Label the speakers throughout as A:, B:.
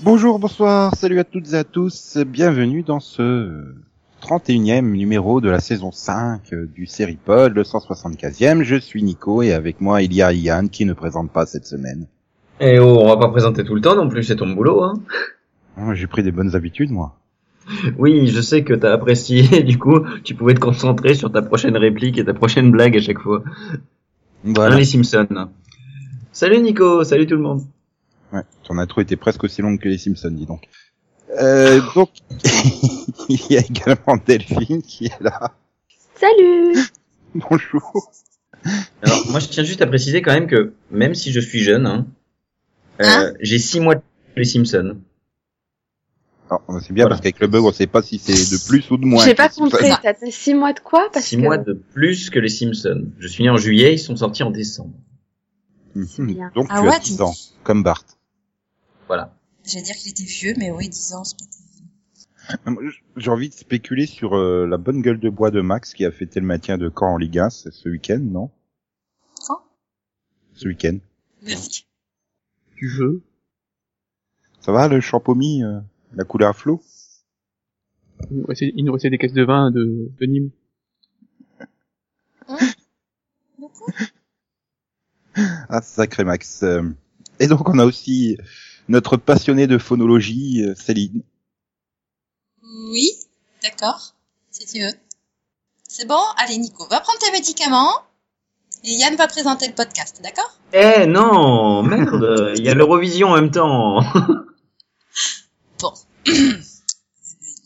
A: Bonjour, bonsoir, salut à toutes et à tous, bienvenue dans ce 31e numéro de la saison 5 du Seripod, le 175e. Je suis Nico et avec moi il y a Yann qui ne présente pas cette semaine.
B: Et oh, on va pas présenter tout le temps non plus, c'est ton boulot. Hein.
A: Oh, J'ai pris des bonnes habitudes moi.
B: Oui, je sais que t'as apprécié, du coup, tu pouvais te concentrer sur ta prochaine réplique et ta prochaine blague à chaque fois.
A: Voilà.
B: Hein, les Simpsons. Salut Nico, salut tout le monde.
A: Ouais, ton intro était presque aussi longue que les Simpsons, dis donc. Euh, donc, il y a également Delphine qui est là.
C: Salut
A: Bonjour.
B: Alors, moi, je tiens juste à préciser quand même que, même si je suis jeune, hein, euh,
C: Hein
B: j'ai six mois de les Simpsons.
A: Alors, c'est bien
B: Voilà.
A: parce qu'avec le bug, on sait pas si c'est de plus ou de moins.
C: J'ai pas
A: C'est pas-
C: compris, t'as t'as six mois de quoi Parce
B: Six
C: que
B: mois de plus que les Simpsons. Je suis né en juillet, ils sont sortis en décembre.
C: C'est
A: Mhm.
C: bien.
A: Donc
D: Ah
A: tu as
D: ouais,
A: 10
D: tu-
A: ans, comme Bart.
B: Voilà.
D: J'allais dire qu'il était vieux, mais oui, 10 ans, c'est pas
A: Ah, Moi, j- J'ai envie de spéculer sur euh, la bonne gueule de bois de Max qui a fêté le maintien de Caen en Ligue 1 ce ce week-end, non
D: Quand
A: Ce week-end.
D: Merci.
A: Tu veux Ça va le champomy, euh, la couleur à flot
E: Il nous restait- il nous restait des caisses de vin de, de Nîmes.
A: Ah sacré Max. euh. Et donc on a aussi notre passionné de phonologie, euh, Céline.
D: Oui, d'accord, si tu veux. C'est bon Allez, Nico, va prendre tes médicaments. Et Yann va présenter le podcast, d'accord
B: Eh non, merde, il y a l'Eurovision en même temps.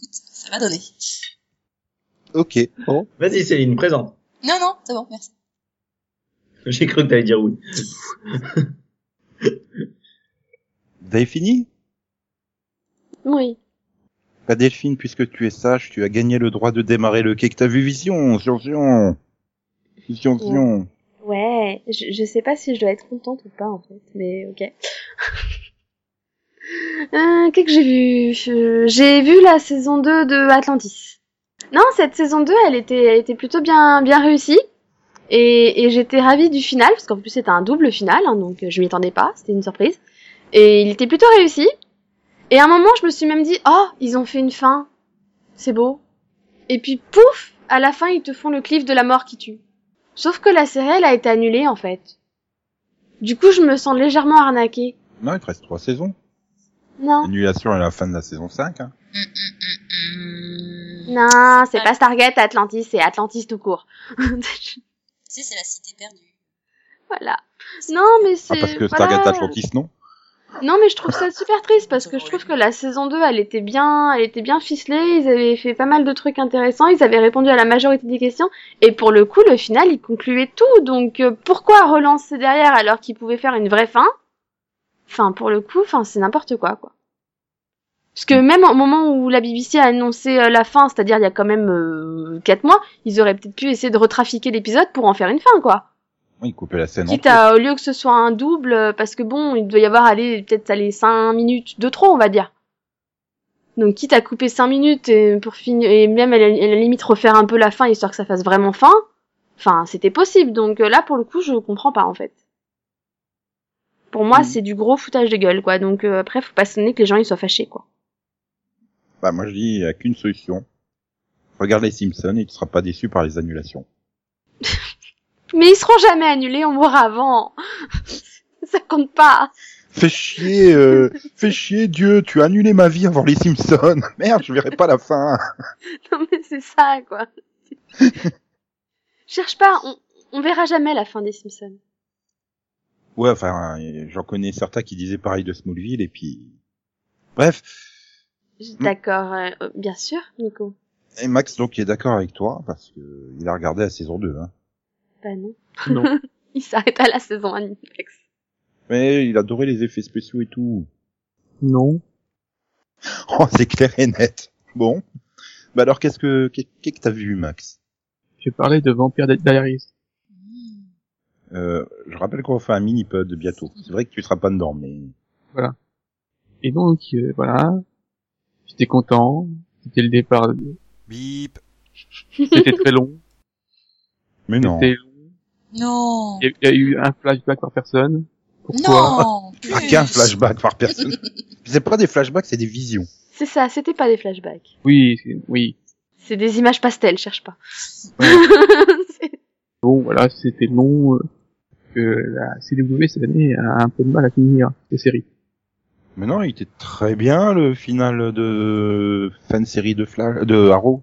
D: Ça va donner.
A: Ok.
B: Vas-y Céline, présente.
D: Non, non, c'est bon, merci.
B: J'ai cru que t'allais dire oui.
A: Vous avez fini
C: Oui.
A: Bah Delphine, puisque tu es sage, tu as gagné le droit de démarrer le quai que t'as vu Vision, sur Vision. Vision, Vision.
C: Ouais, je, je sais pas si je dois être contente ou pas en fait, mais ok. Euh, Qu'est-ce que j'ai vu Je- J'ai vu la saison 2 de Atlantis. Non, cette saison 2, elle était, elle était plutôt bien, bien réussie. Et, et j'étais ravie du final, parce qu'en plus c'était un double final, hein, donc euh, je m'y attendais pas, c'était une surprise. Et il était plutôt réussi. Et à un moment, je me suis même dit, oh, ils ont fait une fin, c'est beau. Et puis pouf, à la fin, ils te font le cliff de la mort qui tue. Sauf que la série, elle a été annulée, en fait. Du coup, je me sens légèrement arnaquée.
A: Non, il te reste trois saisons.
C: Non.
A: Annulation à la fin de la saison 5. Hein.
D: Hum, hum, hum,
C: Hmm.
D: hum.
C: Non, c'est pas Stargate Atlantis, c'est Atlantis tout court.
D: Si, c'est la cité perdue.
C: voilà. Non, mais c'est...
A: Ah, parce que
C: voilà.
A: Stargate Atlantis, non
C: Non, mais je trouve ça super triste, parce que je trouve que la saison 2, elle était bien, elle était bien ficelée, ils avaient fait pas mal de trucs intéressants, ils avaient répondu à la majorité des questions, et pour le coup, le final, il concluait tout, donc euh, pourquoi relancer derrière alors qu'ils pouvaient faire une vraie fin Enfin, pour le coup, enfin, c'est n'importe quoi, quoi. Parce que même au moment où la BBC a annoncé euh, la fin, c'est-à-dire il y a quand même euh, 4 mois, ils auraient peut-être pu essayer de retrafiquer l'épisode pour en faire une fin, quoi.
A: Oui, couper la scène en
C: Quitte à, au lieu que ce soit un double, euh, parce que bon, il doit y avoir allez, peut-être aller 5 minutes de trop, on va dire. Donc quitte à couper 5 minutes et pour finir et même à la, à la limite refaire un peu la fin histoire que ça fasse vraiment fin. Enfin, c'était possible. Donc euh, là pour le coup, je comprends pas en fait. Pour moi,
A: Mhm.
C: c'est du gros foutage de gueule quoi. Donc euh, après faut pas sonner que les gens ils soient fâchés quoi.
A: couple. Bah, moi, je dis, il n'y a qu'une solution. Regarde les Simpsons et tu seras pas déçu par les annulations.
C: Mais ils seront jamais annulés, on mourra avant. ça compte pas.
A: Fais chier, euh, fais chier, Dieu, tu as annulé ma vie avant les Simpsons. Merde, je verrai pas la fin.
C: Non mais c'est ça quoi. Cherche pas, on, on verra jamais la fin des Simpsons.
A: Ouais, enfin, euh, j'en connais certains qui disaient pareil de Smallville et puis... Bref,
C: J-
E: Hmm.
C: D'accord, euh, euh, bien sûr, Nico.
A: et Max donc il est d'accord avec toi parce que il a regardé la saison 2. Hein.
C: Bah non.
E: Non.
C: Il s'arrête à la saison 1 Netflix.
A: Mais il adorait les effets spéciaux et tout.
E: non.
A: Oh, c'est clair et net. Bon. Bah alors, qu'est-ce que qu'est- qu'est-ce que t'as vu, Max
E: Je parlais de Vampire Dal- Diaries.
A: euh, Je rappelle qu'on va faire un mini-pod bientôt. C'est vrai que tu seras pas dedans, mais...
E: Et donc, euh, voilà. J'étais content. C'était le départ de-
F: Bip.
E: C'était très long.
A: Mais non.
E: C'était long.
D: Non.
E: Il y a- il y a eu un flashback par personne. Pourquoi
D: Non. Plus.
A: Ah, qu'un flashback par personne. c'est pas des flashbacks, c'est des visions.
C: C'est ça, c'était pas des flashbacks.
E: Oui, c'est- oui.
C: C'est des images pastel, cherche pas. C'est-
E: Bon, voilà, c'était long. euh, que la CW cette année a un peu de mal à finir les séries.
A: Mais non, il était très bien le final de fin de série de Flash, de Arrow.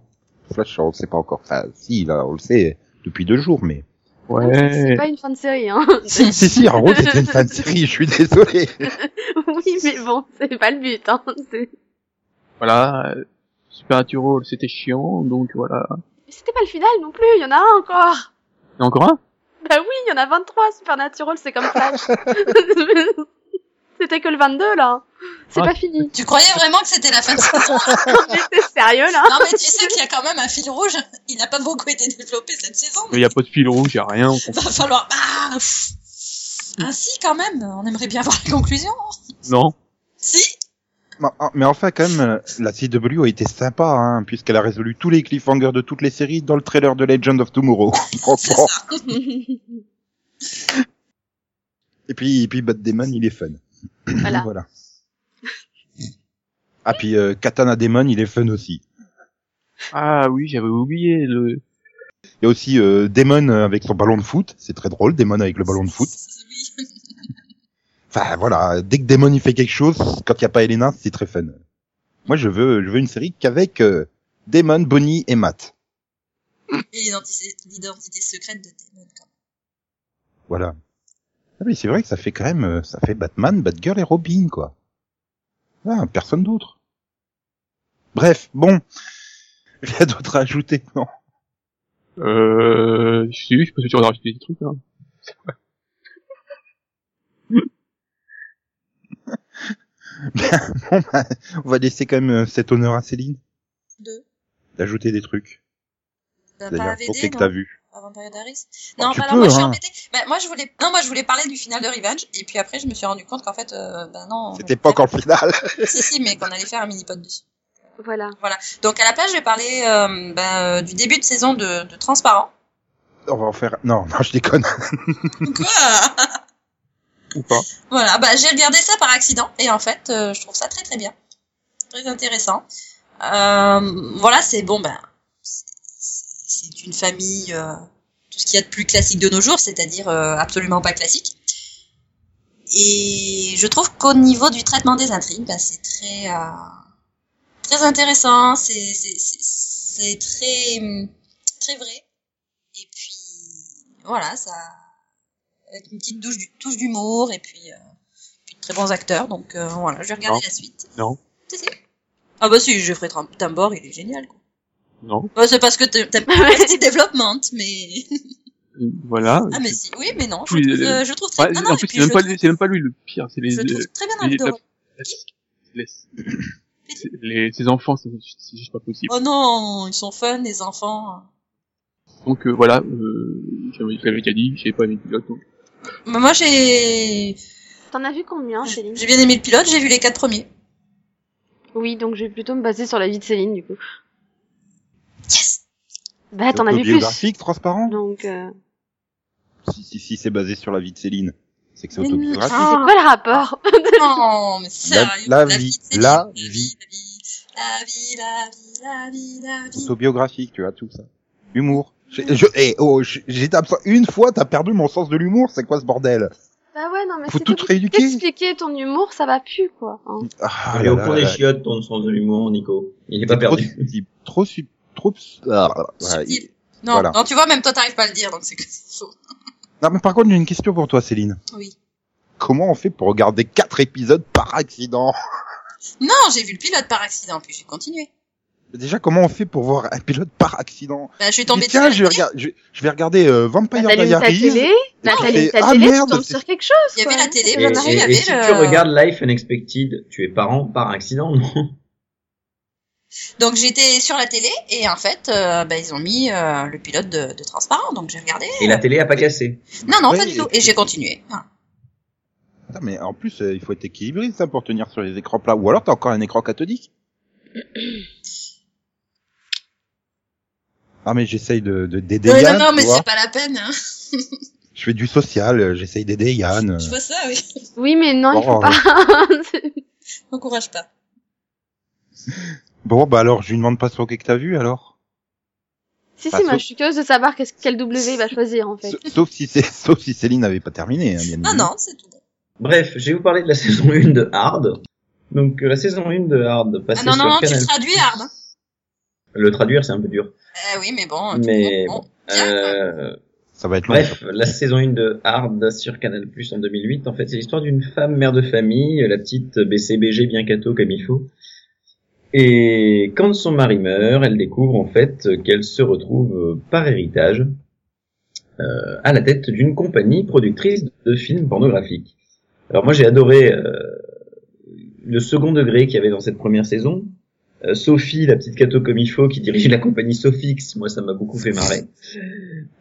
A: Flash, on le sait pas encore. Enfin, si, là, on le sait depuis deux jours, mais.
C: Ah, C'est
E: Ouais.
C: pas une fin de série, hein.
A: si, si, si, Arrow, c'était une fin de série. Je suis désolé.
C: oui, mais bon, c'est pas le but, hein. C'est-
E: Voilà. euh, Supernatural, c'était chiant, donc voilà.
C: Mais C'était pas le final non plus, il y en a un encore.
E: Et encore un
C: Bah oui, il y en a 23, Supernatural, c'est comme ça. c'était que le 22, là. C'est
E: Ah,
C: pas fini.
D: Tu croyais vraiment que c'était la fin de saison
C: Mais t'es sérieux, là
D: Non, mais tu sais qu'il y a quand même un fil rouge. Il n'a pas beaucoup été développé cette saison.
E: Mais y a pas de fil rouge, y a rien. on comprend-
D: Va falloir. Bah, pff. Ah, si, quand même. On aimerait bien voir la conclusion.
E: Non.
D: Si.
A: Mais- Bah, ah, Mais enfin, quand même, euh, la CW a été sympa, hein, puisqu'elle a résolu tous les cliffhangers de toutes les séries dans le trailer de Legend of Tomorrow.
D: C'est
A: Franchement.
D: ça.
A: Et puis, et puis Batman, il est fun.
C: Voilà.
A: ah, puis euh, Katana Demon, il est fun aussi.
E: Ah oui, j'avais oublié le.
A: Il y a aussi euh, Demon avec son ballon de foot. C'est très drôle, Demon avec le ballon de foot.
D: Oui.
A: Enfin, voilà, dès que Demon il fait quelque chose, quand il n'y a pas Elena, c'est très fun. Moi, je veux, je veux une série qu'avec euh, Damon, Bonnie et Matt.
D: Et l'identité l'identité secrète de Damon. quand même.
A: Voilà. Ah oui, c'est vrai que ça fait quand même, euh, ça fait Batman, Batgirl et Robin, quoi. Ah, personne d'autre. Bref, bon. Il y a d'autres à ajouter, non?
E: Euh. Je sais, je pense que tu as rajouté des trucs. Hein.
A: Bon, bah, on va laisser quand même euh, cet honneur à Céline
D: Deux.
A: d'ajouter des trucs.
D: T'as pas
A: D'ailleurs,
D: AVD,
A: pour ceux que
D: non
A: t'as vu.
D: Avant Vampire Diaries
A: Bah,
D: Non,
A: tu
D: bah,
A: peux,
D: alors, moi, je suis
A: hein.
D: embêtée. Bah, moi, je voulais... Non, moi, je voulais parler du final de Revenge, et puis après, je me suis rendu compte qu'en fait, euh, bah, non...
A: C'était pas encore le final.
D: Si, si, mais qu'on allait faire un mini-pod dessus.
C: Voilà.
D: Donc, à la place, je vais parler euh, bah, euh, du début de saison de, de Transparent.
A: On va en faire, non, non, je déconne.
D: Quoi
E: Ou pas.
D: Voilà, bah, j'ai regardé ça par accident et en fait, euh, je trouve ça très très bien, très intéressant. Euh, voilà, c'est bon, ben, c'est- c'est une famille, euh, tout ce qu'il y a de plus classique de nos jours, c'est-à-dire euh, absolument pas classique. Et je trouve qu'au niveau du traitement des intrigues, ben, c'est très euh, très intéressant, c'est c'est- c'est- c'est très hum, très vrai. Et puis voilà, ça avec une petite douche du- touche d'humour et puis, euh, puis de très bons acteurs. Donc euh, voilà, je vais regarder
E: Non.
D: la suite.
E: Non.
D: Si, si. Ah bah si, Geoffrey Tam- Tambor, il est génial. Quoi.
E: Non.
D: Bah, c'est parce que t'a- t'aimes pas le Development, mais
E: Euh, Voilà.
D: ah mais si, oui, mais non, je
E: Oui,
D: trouve,
E: euh,
D: euh, je trouve très
E: Ouais,
D: non, non,
E: en
D: et
E: plus,
D: puis
E: c'est même,
D: je
E: pas
D: trouve-
E: lui- c'est même pas lui le pire. C'est les, euh,
D: je trouve très bien
E: les-
D: Aldo.
E: la- les, c'est- les- ses enfants, c'est c'est juste pas possible.
D: Oh non, ils sont fun les enfants. Oh.
E: Donc euh, voilà, euh, j'avais je l'avais déjà dit, j'ai pas aimé le pilote. donc.
D: Mais moi j'ai
C: T'en as vu combien, Céline
D: j'ai bien aimé le pilote, j'ai vu les quatre premiers.
C: Oui, donc je vais plutôt me baser sur la vie de Céline, du coup.
D: Yes.
C: Bah, t'en as vu plus.
A: Autobiographique, transparent.
C: Donc, euh...
A: Si, si, si, c'est basé sur la vie de Céline. C'est que c'est
D: Mais non.
A: autobiographique.
C: c'est quoi le rapport
D: Non, mais sérieux.
A: la vie,
D: Oh, vie, c'est
A: la
D: bien.
A: vie.
D: la vie, la vie, la vie, la vie.
A: Autobiographique, tu vois, tout ça. Humour. Je, je, eh, oh, je- j'ai absent- une fois, t'as perdu mon sens de l'humour, c'est quoi ce bordel?
C: Bah ouais, non, mais
A: Faut
C: c'est
A: tout
C: obligé
A: rééduquer.
C: d'expliquer ton humour, ça va plus, quoi. hein.
A: Ah,
B: Il est
A: là,
B: au
A: là,
B: fond
A: là,
B: des
A: là.
B: chiottes, ton sens de l'humour, Nico. Il est
A: Il est
B: pas
A: trop
B: perdu.
A: subtil, Trop sub, trop, s- ah, voilà,
D: Subtil.
A: il-
D: Non,
A: Voilà.
D: non, tu vois, même toi, t'arrives pas à le dire, donc c'est que c'est chaud.
A: Non, mais par contre, j'ai une question pour toi, Céline.
D: Oui.
A: comment on fait pour regarder quatre épisodes par accident
D: Non, j'ai vu le pilote par accident, puis j'ai continué.
A: Déjà, comment on fait pour voir un pilote par accident
D: Bah, je suis
A: Je
D: tombée
A: dis, Tiens,
D: dessus,
A: je vais, regarder- je, je vais regarder euh, Vampire
C: T'allumes ta
A: Diaries.
C: télé,
A: et
C: bah,
A: puis
C: t'allumes
A: je
C: ta
A: fais, ah,
C: télé, tu
A: merde,
C: tombes
A: c'est-
C: sur quelque chose,
D: Il y
C: quoi.
D: avait la télé,
C: Ça
D: Et-
B: Et,
C: va
D: et- il y
C: arriver.
D: avait
B: si
D: le-
B: tu regardes Life Unexpected, tu es parent par accident, non
D: Donc j'étais sur la télé et en fait, euh, bah, ils ont mis euh, le pilote de, de Transparent, donc j'ai regardé.
B: Et la télé a pas cassé.
D: Non, non,
A: Ouais,
D: pas du tout. Et j'ai continué. Ah. Voilà.
A: Putain, mais en plus, euh, il faut être équilibré ça pour tenir sur les écrans plats. Ou alors, t'as encore un écran cathodique Ah mais j'essaye de de- d'aider
D: Ouais,
A: Yann.
D: non, non,
A: tu
D: mais
A: vois.
D: c'est pas la peine. Hein.
A: Je fais du social, euh, j'essaye d'aider Yann. euh.
D: Je vois ça, oui.
C: Oui, mais non, il faut
A: Oh.
C: pas. C'est-
D: Encourage pas.
A: Bon bah alors je lui demande pas ce roquet que t'as vu alors.
C: si,
A: Bah,
C: si, moi,
A: sauf-
C: je suis curieuse de savoir qu'est-ce quel W il va choisir, en fait.
A: Sa- Sauf si c'est sauf si Céline n'avait pas terminé. Hein, bien
D: Bah, Ah
A: évidemment.
D: non, c'est tout bon.
B: Bref, je vais vous parler de la saison 1 de Hard. Donc euh, la saison 1 de Hard,
D: Ah
B: passée
D: non, non,
B: sur
D: non, tu
B: Canal.
D: le traduis, Hard. hein.
B: Le traduire, c'est un peu dur.
D: Eh oui, mais bon. tout
B: Mais
D: le monde- bon.
B: Euh,
A: Ça va être long.
B: Bref, la saison 1 de Hard sur Canal Plus en 2008, en fait, c'est l'histoire d'une femme mère de famille, euh, la petite BCBG bien cato comme il faut. Et quand son mari meurt, elle découvre en fait qu'elle se retrouve euh, par héritage euh, à la tête d'une compagnie productrice de films pornographiques. Alors moi j'ai adoré euh, le second degré qu'il y avait dans cette première saison. Euh, Sophie, la petite cato comme il faut, qui dirige la compagnie Sofix, moi ça m'a beaucoup fait marrer.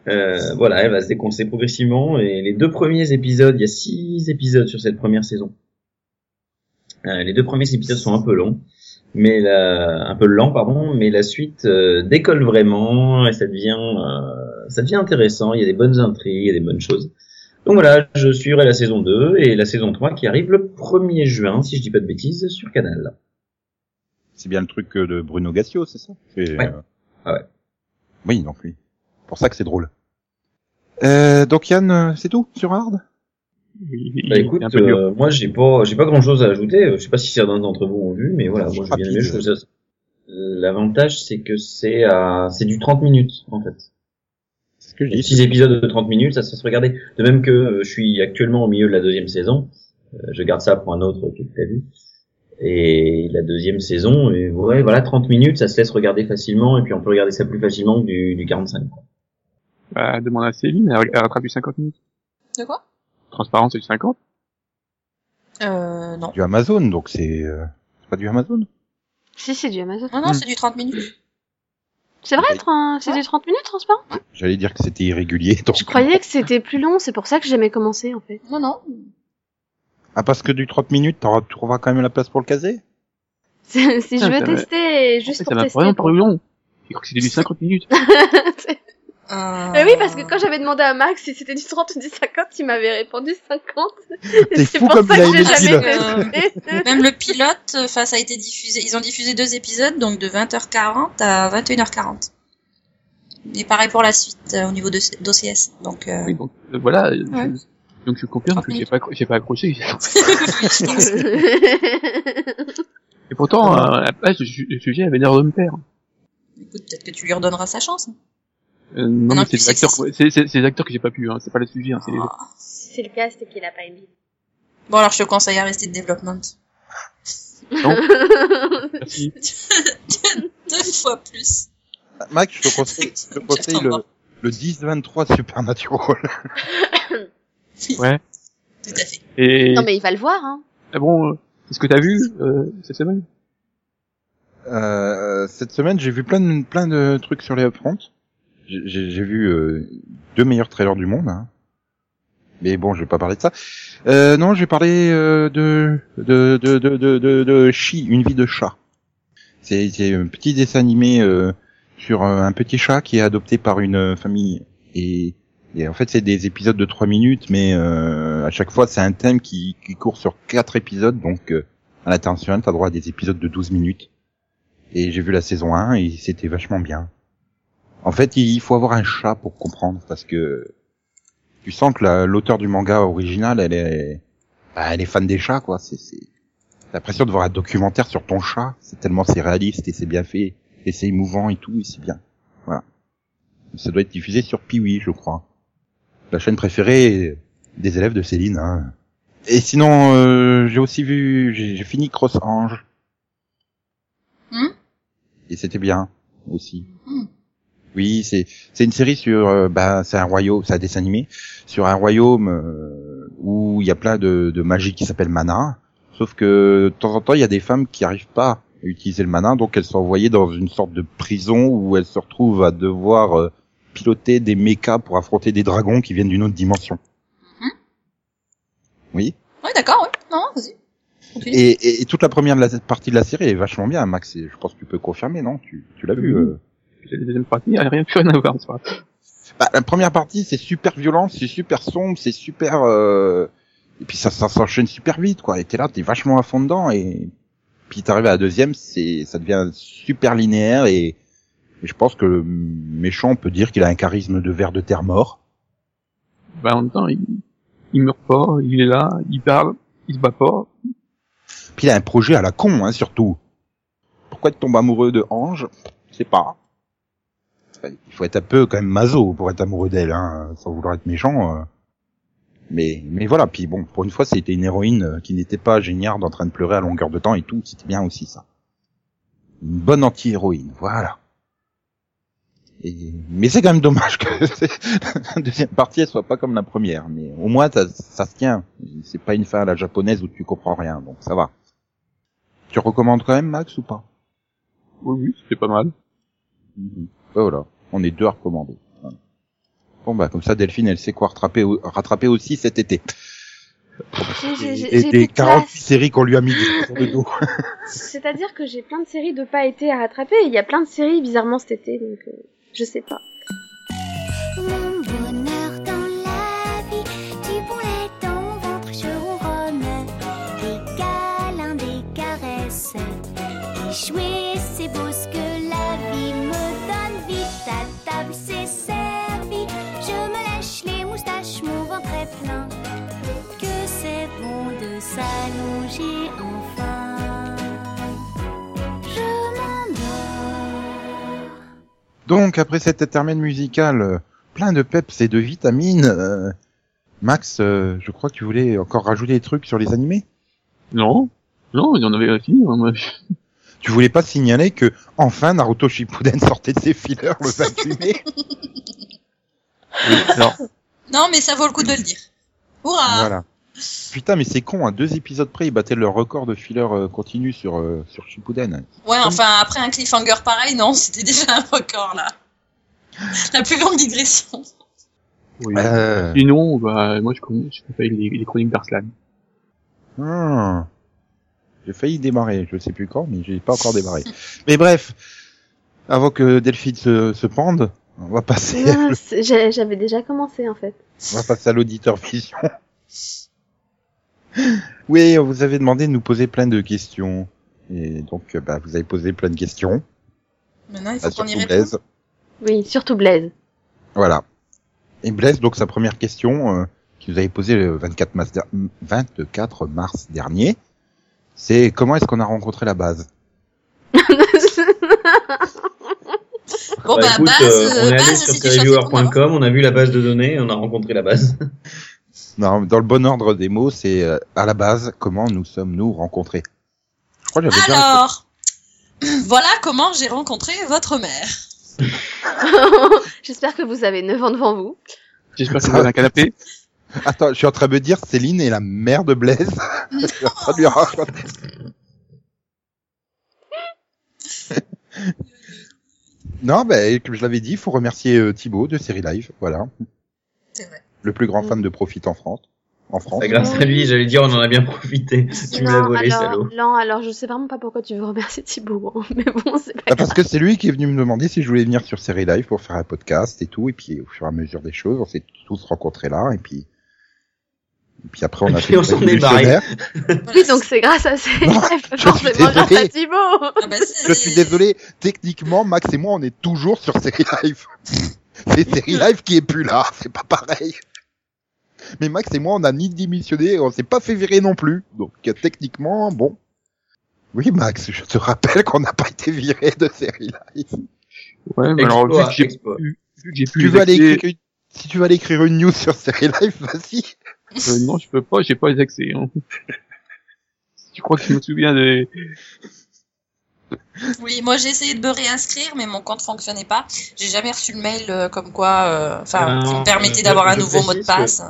B: Euh, voilà, elle va se déconcer progressivement. Et les deux premiers épisodes, il y a six épisodes sur cette première saison. Euh, les deux premiers épisodes sont un peu longs, mais la, un peu lents, pardon, mais la suite euh, décolle vraiment et ça devient, euh, ça devient intéressant. Il y a des bonnes intrigues, il y a des bonnes choses. Donc voilà, je suivrai la saison 2 et la saison 3 qui arrive le 1er juin, si je dis pas de bêtises, sur Canal.
A: C'est bien le truc euh, de Bruno Gassio, c'est ça C'est,
B: Ouais.
A: euh,
B: Ah ouais.
A: Oui, donc oui. Pour ça que c'est drôle. Euh, donc Yann, euh, c'est tout sur Hard
E: Il, il
B: Bah
E: est
B: écoute,
E: un peu dur.
B: euh, moi j'ai pas, j'ai pas grand chose à ajouter. Je sais pas si certains d'entre vous ont vu, mais voilà, moi j'ai bien aimé. Je trouve ça. L'avantage c'est que c'est à, c'est du 30 minutes en fait.
A: C'est ce que je dis.
B: 6 épisodes de 30 minutes, ça, ça se regarder. De même que euh, je suis actuellement au milieu de la deuxième saison, euh, je garde ça pour un autre que t'as vu. Et la deuxième saison, et ouais, voilà, 30 minutes, ça se laisse regarder facilement, et puis on peut regarder ça plus facilement que du, du 45. quoi.
E: Bah, demande à Céline, elle, elle rattrape du 50 minutes.
D: De quoi
E: Transparence, c'est du 50.
D: Euh, non.
A: Du Amazon, donc c'est euh, c'est pas du Amazon
C: Si, c'est du Amazon.
D: Non, non,
A: Hmm.
D: c'est du 30 minutes.
C: C'est vrai, tra- c'est du 30 minutes,
A: Ah,
C: transparent
A: J'allais dire que c'était irrégulier. donc-
C: Je croyais que c'était plus long, c'est pour ça que j'aimais commencer, en fait.
D: Non, non.
A: Ah parce que du 30 minutes, t'auras- tu trouveras quand même la place pour le caser
C: C'est- si je veux
E: Putain, ça va-
C: tester,
E: En fait,
C: juste
E: ça
C: pour
E: m'a
C: tester.
E: vraiment paru long. J'ai cru que c'était du 50 minutes.
D: Euh...
C: Mais oui, parce que quand j'avais demandé à Max si c'était du 30 ou du 50, il m'avait répondu 50.
A: T'es
C: Et C'est
A: fou
C: pour
A: comme
C: ça
A: il a
C: que j'ai
A: aimé
C: jamais
D: Dylan.
C: testé.
D: Même le pilote, enfin, ça a été diffusé. Ils ont diffusé deux épisodes, donc de 20h40 à 21h40. Et pareil pour la suite euh, au niveau de d'OCS. Donc, euh...
E: Oui, donc, euh, voilà. euh,
D: Ouais.
E: je- Donc, je confirme
D: 30
E: que j'ai
D: minutes.
E: pas, accro- j'ai pas accroché.
D: je pense.
E: Et pourtant, euh, à la place, le su- le sujet avait l'air de me plaire.
D: Écoute, peut-être que tu lui redonneras sa chance. hein.
E: Euh, non,
D: non,
E: mais c'est
D: tu
E: des
D: sais
E: acteurs,
D: que
E: que- c'est, c'est, c'est des acteurs que j'ai pas pu, hein. C'est pas le sujet, hein. C'est les...
D: Ah.
C: C'est le cas, c'est qu'il a pas aimé.
D: Bon, alors je te conseille Arrested Development.
E: Merci.
D: Deux fois plus.
A: Max, je te conseille, je te conseille le, le 10-23 Supernatural.
D: Tout à fait.
E: Et,
C: Non, mais il va le voir, hein.
E: ah bon, euh, c'est ce que t'as vu, euh, cette semaine?
A: Euh, cette semaine, j'ai vu plein de, plein de trucs sur les upfronts. J'ai- J'ai j'ai vu euh, deux meilleurs trailers du monde. hein. Mais bon, je vais pas parler de ça. Euh, non, je vais parler euh, de de de de de de, de Chi, une vie de chat. C'est c'est un petit dessin animé euh, sur euh, un petit chat qui est adopté par une euh, famille et et en fait, c'est des épisodes de trois minutes, mais euh, à chaque fois, c'est un thème qui, qui court sur quatre épisodes. Donc, euh, à l'international, t'as droit à des épisodes de 12 minutes. Et j'ai vu la saison 1 et c'était vachement bien. En fait, il faut avoir un chat pour comprendre parce que tu sens que la- l'auteur du manga original, elle est, bah, elle est fan des chats, quoi. C'est, c'est, t'as l'impression de voir un documentaire sur ton chat. C'est tellement c'est réaliste et c'est bien fait et c'est émouvant et tout et c'est bien. Voilà. Ça doit être diffusé sur Piwi, je crois. La chaîne préférée des élèves de Céline. Hein. Et sinon, euh, j'ai aussi vu, j'ai j'ai fini Cross Ange.
D: Hmm
A: et c'était bien aussi.
D: Hmm.
A: Oui, c'est c'est une série sur euh, bah c'est un royaume, c'est un dessin animé sur un royaume euh, où il y a plein de, de magie qui s'appelle mana. Sauf que de temps en temps il y a des femmes qui arrivent pas à utiliser le mana, donc elles sont envoyées dans une sorte de prison où elles se retrouvent à devoir euh, piloter des mechas pour affronter des dragons qui viennent d'une autre dimension.
D: Mhm.
A: Oui.
D: Oui, d'accord, oui. Non, non, vas-y. Continue.
A: Et, et- et toute la première de la- partie de la série est vachement bien, Max. et Je pense que tu peux confirmer, non Tu, tu l'as vu
E: Mhm.
A: euh,
E: la deuxième partie, il n'y a rien, plus rien à voir. c'est pas grave.
A: Bah, la première partie, c'est super violent, c'est super sombre, c'est super. euh, Et puis ça, ça s'enchaîne super vite, quoi. Et t'es là, t'es vachement à fond dedans. Et puis t'arrives à la deuxième, c'est, ça devient super linéaire. Et... et je pense que le méchant peut dire qu'il a un charisme de verre de terre mort.
E: Bah, en même temps, il, il meurt pas, il est là, il parle, il se bat pas.
A: Puis il a un projet à la con, hein, surtout. Pourquoi tu tombes amoureux de Ange Je sais pas. Enfin, il faut être un peu quand même maso pour être amoureux d'elle, hein, sans vouloir être méchant. euh. Mais mais voilà. Puis bon, pour une fois, c'était une héroïne euh, qui n'était pas géniarde en train de pleurer à longueur de temps et tout. C'était bien aussi ça. Une bonne anti-héroïne, voilà. Et... Mais c'est quand même dommage que la deuxième partie elle soit pas comme la première. Mais au moins ça, ça se tient. C'est pas une fin à la japonaise où tu comprends rien, donc ça va. Tu recommandes quand même Max ou pas
E: Oui, oui, c'était pas mal.
A: Ben Voilà, on est deux à recommander. Voilà. Bon bah comme ça Delphine elle sait quoi rattraper, au- rattraper aussi cet été.
C: J'ai- j'ai- j'ai-
A: Et
C: j'ai
A: des
C: plus de
A: 48
C: place.
A: séries qu'on lui a mis sur le dos.
C: C'est-à-dire que j'ai plein de séries de pas été à rattraper. Il y a plein de séries bizarrement cet été, donc euh, je sais pas.
F: Mon bonheur dans la vie, du bon lait dans mon ventre, je ronronne. Des câlins, des caresses. Échouer, c'est beau ce que la vie me donne. Vite à table, c'est servi. Je me lèche les moustaches, mon ventre est plein. Que c'est bon de s'allonger enfin. Je m'endors.
A: Donc après cet intermède musical euh, plein de peps et de vitamines, euh, Max, euh, je crois que tu voulais encore rajouter des trucs sur les animés
E: Non, non, il y en avait fini. On avait...
A: Tu voulais pas signaler que enfin Naruto Shippuden sortait de ses fillers le 28 mai
E: Non.
D: Non, mais ça vaut le coup de le dire.
C: Ah.
D: Hourra
A: Voilà. Putain, mais c'est con, à deux épisodes près, ils battaient leur record de filler euh, continu sur, euh, sur Shippuden.
D: Ouais, enfin, après un cliffhanger pareil, non, c'était déjà un record, là. La plus longue digression.
E: Oui.
A: Euh,
E: Sinon, bah, moi, je connais, je connais les, les chroniques d'Arslan.
A: hmm. J'ai failli démarrer, je sais plus quand, mais j'ai pas encore démarré. mais bref, avant que Delphine se, se pende, on va passer,
C: Ah, c'est- j'ai- J'avais déjà commencé en fait.
A: on va passer à l'auditeur vision. oui, on vous avait demandé de nous poser plein de questions. Et donc, euh, bah, vous avez posé plein de questions.
D: Maintenant, il
A: Là,
D: faut
A: sur
D: qu'on y réponde.
A: Blaise.
C: Oui, surtout Blaise.
A: Voilà. Et Blaise, donc sa première question, euh, qui vous avait posée le 24 mars, der- 24 mars dernier, c'est comment est-ce qu'on a rencontré la base
D: Bon,
B: Bah,
D: bah,
B: écoute,
D: base,
B: euh, on
D: euh,
B: est allé
D: base,
B: sur
D: c'est déjà fait pour moi.
B: reviewer.com, on a vu la base de données, et on a rencontré la base.
A: Non, dans le bon ordre des mots, c'est euh, à la base comment nous sommes-nous rencontrés. Je crois que j'avais déjà répondu.
D: Alors, voilà comment j'ai rencontré votre mère.
C: J'espère que vous avez 9 ans devant vous.
E: J'espère que vous avez un canapé.
A: Attends, je suis en train de me dire Céline est la mère de Blaise. Je suis en train de lui raconter. non, ben comme je l'avais dit, il faut remercier euh, Thibaut de Série Live, voilà,
D: C'est vrai.
A: le plus grand fan de Profit en France. En France.
B: C'est grâce à lui, j'allais dire, on en a bien profité. Tu me l'as
C: non,
B: volé,
C: alors, euh,
B: salaud.
C: non, alors je sais vraiment pas pourquoi tu veux remercier Thibaut, hein, mais bon, c'est
D: Ah,
C: pas
A: Bah, parce que c'est lui qui est venu me demander si je voulais venir sur Série Live pour faire un podcast et tout. Et puis, au fur et à mesure des choses, on s'est tous rencontrés là. Et puis, et puis après, on a
B: Et
A: fait
B: on
A: une
B: s'en est barré.
A: révolutionnaire.
C: Oui, donc c'est grâce à ces
A: Non, je suis
C: forcément grâce
A: désolé.
C: à Thibaut.
D: Ah, bah, c'est-
A: Je suis désolé. Techniquement, Max et moi, on est toujours sur Série Live. c'est Série Live qui est plus là. C'est pas pareil. Mais Max et moi, on a ni démissionné et on s'est pas fait virer non plus. Donc, euh, techniquement, bon. Oui, Max, je te rappelle qu'on n'a pas été viré de Série Live.
E: Ouais, mais alors, vu
B: Exploit,
E: que j'ai
B: exploit.
E: vu que j'ai pu
A: Tu
E: les
A: veux aller
E: accès-
A: écrire une- si tu veux aller écrire une news sur Série Live, vas-y.
E: Euh, non, je peux pas, j'ai pas les accès. Hein. Si tu crois que je me souviens des...
D: Oui, moi j'ai essayé de me réinscrire, mais mon compte fonctionnait pas. J'ai jamais reçu le mail euh, comme quoi, euh, enfin,
B: Ah,
D: qui me permettait
B: euh,
D: d'avoir un
B: je
D: nouveau mot de
B: précise que-
D: passe.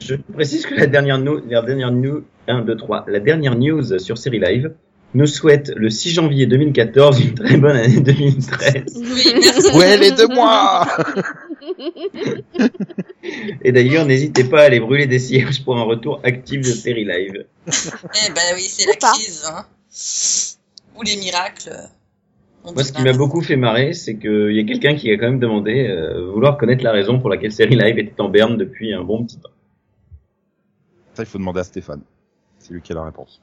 B: Je précise que la dernière news, la dernière news, 1, 2, 3, la dernière news sur Série Live nous souhaite le 6 janvier 2014 une très bonne année 2013.
D: Oui, merci.
A: Ouais, les deux mois
B: Et d'ailleurs, n'hésitez pas à aller brûler des cierges pour un retour actif de Série Live.
D: Eh ben oui, c'est
C: Ou
D: la
C: pas.
D: crise. Hein. Ou les miracles. on
B: Moi,
D: peut
B: ce
D: pas-
B: qui m'a beaucoup fait marrer, c'est qu'il y a quelqu'un qui a quand même demandé euh, vouloir connaître la raison pour laquelle Série Live était en berne depuis un bon petit temps.
A: Ça, il faut demander à Stéphane. C'est lui qui a la réponse.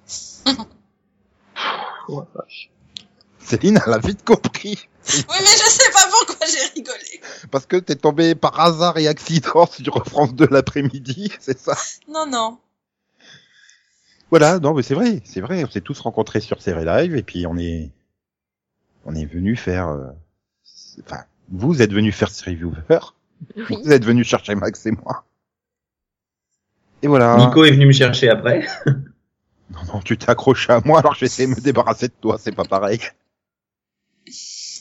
E: Oh, la vache.
A: Céline, elle a vite compris.
D: Oui, mais je sais pas pourquoi j'ai rigolé.
A: Parce que t'es tombé par hasard et accident sur France 2 l'après-midi, c'est ça
D: Non, non.
A: Voilà, non, mais c'est vrai, c'est vrai. On s'est tous rencontrés sur Série Live et puis on est, on est venu faire, euh, c'est- enfin, vous êtes venu faire ce reviewer. Vous êtes venu chercher Max et moi. Et
E: Ah.
A: voilà.
B: Nico est venu me chercher après.
A: Non, non, tu t'es accroché à moi alors j'essaie de me débarrasser de toi, c'est pas pareil.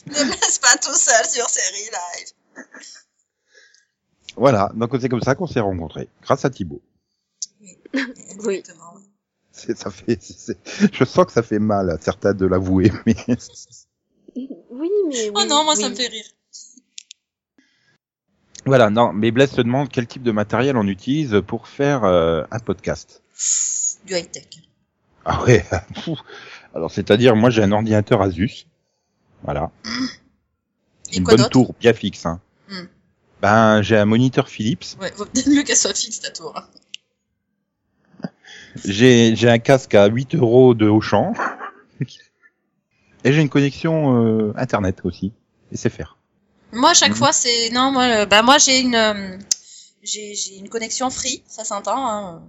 D: Ne me laisse pas tout seul sur série live.
A: Voilà, donc c'est comme ça qu'on s'est rencontrés, grâce à Thibaut.
C: Oui.
D: Exactement.
A: C'est, ça fait, c'est- c'est- je sens que ça fait mal à certains de l'avouer, mais
C: Oui, mais.
D: Oh
C: oui,
D: non, moi
C: oui.
D: ça me fait rire.
A: voilà, non, mais Blaise se demande quel type de matériel on utilise pour faire euh, un podcast.
D: Du high-tech.
A: Ah ouais. pouf. Alors c'est-à-dire moi j'ai un ordinateur Asus. Voilà,
D: Et
A: une
D: quoi
A: bonne
D: d'autre
A: tour bien fixe hein.
D: Hmm.
A: Ben j'ai un moniteur Philips,
D: Ouais, vaut peut-être mieux qu'elle soit fixe ta tour. hein.
A: j'ai j'ai un casque à 8 euros de Auchan et j'ai une connexion euh, internet aussi et c'est faire.
D: Moi, à chaque
A: Mhm.
D: fois, c'est. Non, moi, euh, bah, moi j'ai une. euh, J'ai j'ai une connexion free, ça s'entend. hein.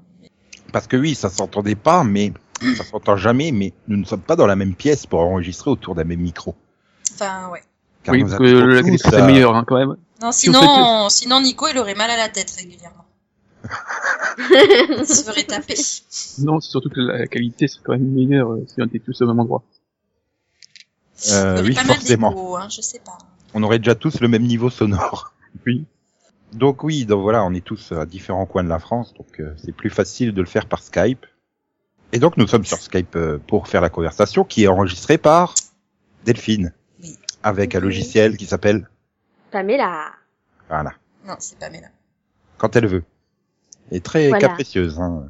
A: Parce que oui, ça s'entendait pas mais
D: Hmm.
A: ça s'entend jamais mais nous ne sommes pas dans la même pièce pour enregistrer autour d'un même micro.
D: Enfin, ouais.
A: Car
E: oui,
A: nous
E: parce que la
A: avons tous,
E: connexion
A: euh,
E: c'est meilleur, hein, quand même.
D: Non,
E: Si on
D: sinon,
E: fait
D: sinon Nico, il aurait mal à la tête régulièrement. Il se ferait taper.
A: Euh,
E: Non, c'est surtout que la qualité serait quand même meilleure euh, si on était tous au même endroit.
D: Il
A: Euh,
D: aurait
A: oui,
D: pas mal
A: forcément.
D: d'écho, hein, je sais pas.
A: on aurait déjà tous le même niveau sonore.
E: Oui.
A: Donc oui, donc voilà, on est tous à différents coins de la France, donc euh, c'est plus facile de le faire par Skype. Et donc nous sommes sur Skype euh, pour faire la conversation qui est enregistrée par Delphine
D: Oui.
A: avec un
C: Oui.
A: logiciel qui s'appelle
C: Pamela.
A: voilà,
D: Non, c'est pas Mela.
A: quand elle veut. Et très
C: Voilà.
A: capricieuse. Hein.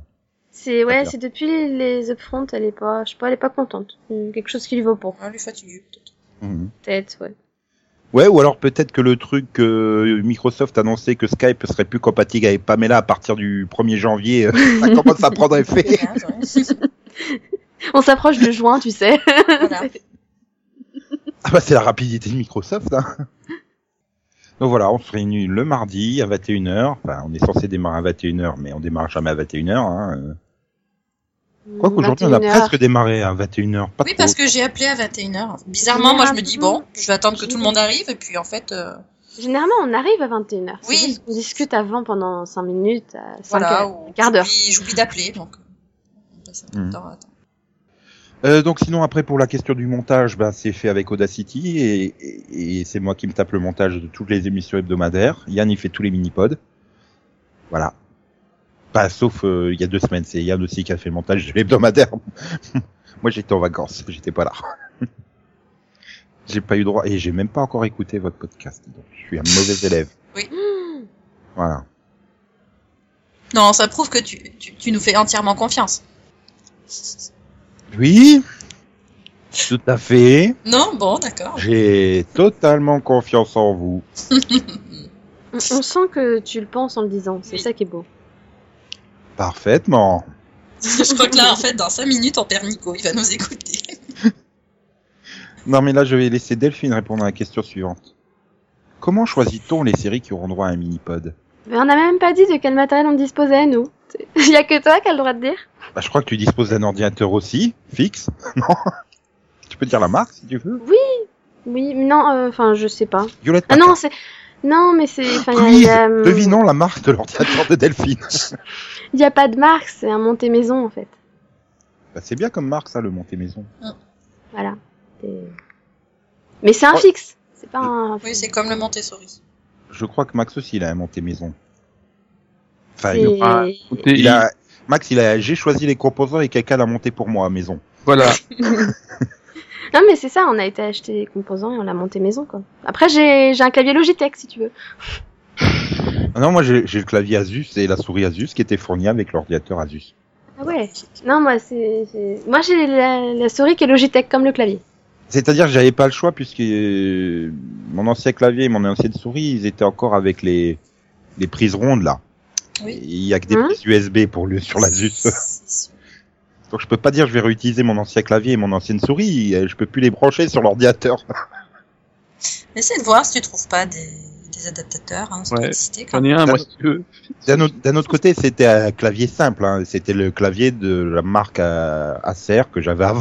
C: C'est ouais,
A: D'accord.
C: c'est depuis les, les upfront, elle est pas, je sais pas, elle est pas contente. Hum, Quelque chose qui lui vaut pour
D: Ah, lui fatigué, peut-être.
A: Mhm.
C: peut-être, ouais.
A: Ouais, ou alors peut-être que le truc que Microsoft annonçait que Skype serait plus compatible avec Pamela à partir du 1er janvier, euh, ça commence à prendre effet.
D: Hein, ouais.
C: On s'approche de juin, tu sais.
D: voilà.
A: Ah bah c'est la rapidité de Microsoft. Hein. Donc voilà, on se réunit le mardi à 21h. Enfin, on est censé démarrer à 21h, mais on démarre jamais à 21h. Hein. Euh,
D: Hum,
A: Quoi qu'aujourd'hui, on a
C: 21h.
A: presque démarré à 21h. Pas
D: Oui,
A: trop.
D: parce que j'ai appelé à 21h. Bizarrement, moi, je me dis, bon, je vais attendre que tout le monde arrive, et puis en fait, euh,
C: Généralement, on arrive à 21h.
D: Oui.
C: On discute avant pendant 5 minutes, à 5
D: voilà,
C: heures,
D: ou-
C: un quart d'heure.
D: j'oublie j'oublie d'appeler, donc. On passe un peu de
A: Mhm.
D: temps à attendre.
A: Euh, donc sinon, après, pour la question du montage, bah, c'est fait avec Audacity. Et, et- et c'est moi qui me tape le montage de toutes les émissions hebdomadaires. Yann, il fait tous les mini-pods. Voilà. Pas sauf euh, il y a deux semaines. C'est Yann aussi qui a fait le montage de l'hebdomadaire. Moi, j'étais en vacances. J'étais pas là. j'ai pas eu droit. Et j'ai même pas encore écouté votre podcast. Donc, je suis un mauvais élève.
D: Oui.
A: Voilà.
D: Non, ça prouve que tu, tu, tu nous fais entièrement confiance.
A: Oui. Tout à fait.
D: Non, bon, d'accord.
A: J'ai totalement confiance en vous.
C: On, on sent que tu le penses en le disant. C'est
D: Oui.
C: ça qui est beau.
A: Parfaitement.
D: je crois que là, en fait, dans 5 minutes, on perd Nico, il va nous écouter.
A: Non, mais là, je vais laisser Delphine répondre à la question suivante. Comment choisit-on les séries qui auront droit à un mini-pod
C: Mais on n'a même pas dit de quel matériel on disposait, nous. Il y a que toi qui as le droit de dire.
A: bah, Je crois que tu disposes d'un ordinateur aussi, fixe. Non Tu peux dire la marque si tu veux.
C: Oui, non, euh, enfin, je sais pas.
A: Violette
C: Ah
A: Packard.
C: non, c'est. Non, mais c'est. Enfin, il
A: Quiz
C: y a, il y a, euh,
A: Devinons la marque de l'ordinateur de Delphine.
C: il y a pas de marque, c'est un monté maison en fait.
A: bah, c'est bien comme marque, ça, le monté maison.
C: Voilà. Et- Mais c'est un
A: Oh.
C: fixe. C'est pas un.
D: Oui, c'est comme le Montessori.
A: Je crois que Max aussi, il a un monté maison. Enfin,
C: c'est-
A: il,
E: Ah, Écoutez,
A: il a... Max, il a... j'ai choisi les composants et quelqu'un l'a monté pour moi à maison.
E: Voilà.
C: Non, mais c'est ça, on a été acheter des composants et on l'a monté maison quoi. Après, j'ai j'ai un clavier Logitech si tu veux.
A: Ah non, moi, j'ai j'ai le clavier Asus et la souris Asus qui étaient fournies avec l'ordinateur Asus.
C: Ah ouais. Non, moi, c'est. c'est- Moi, j'ai la, la souris qui est Logitech comme le clavier.
A: C'est-à-dire que j'avais pas le choix puisque euh, mon ancien clavier et mon ancienne souris, ils étaient encore avec les les prises rondes là.
D: Oui.
A: Et Il y a que des
C: Hein
A: prises USB pour le sur la ZUS. Donc je peux pas dire je vais réutiliser mon ancien clavier et mon ancienne souris, euh, je peux plus les brancher sur l'ordinateur.
D: Essaye de voir si tu trouves pas des, des adaptateurs, hein, sur
E: Ouais.
D: l'électricité, quoi.
E: J'en ai un, moi, si tu veux.
A: D'un autre, d'un autre côté, c'était un clavier simple, hein. c'était le clavier de la marque euh, Acer que j'avais avant.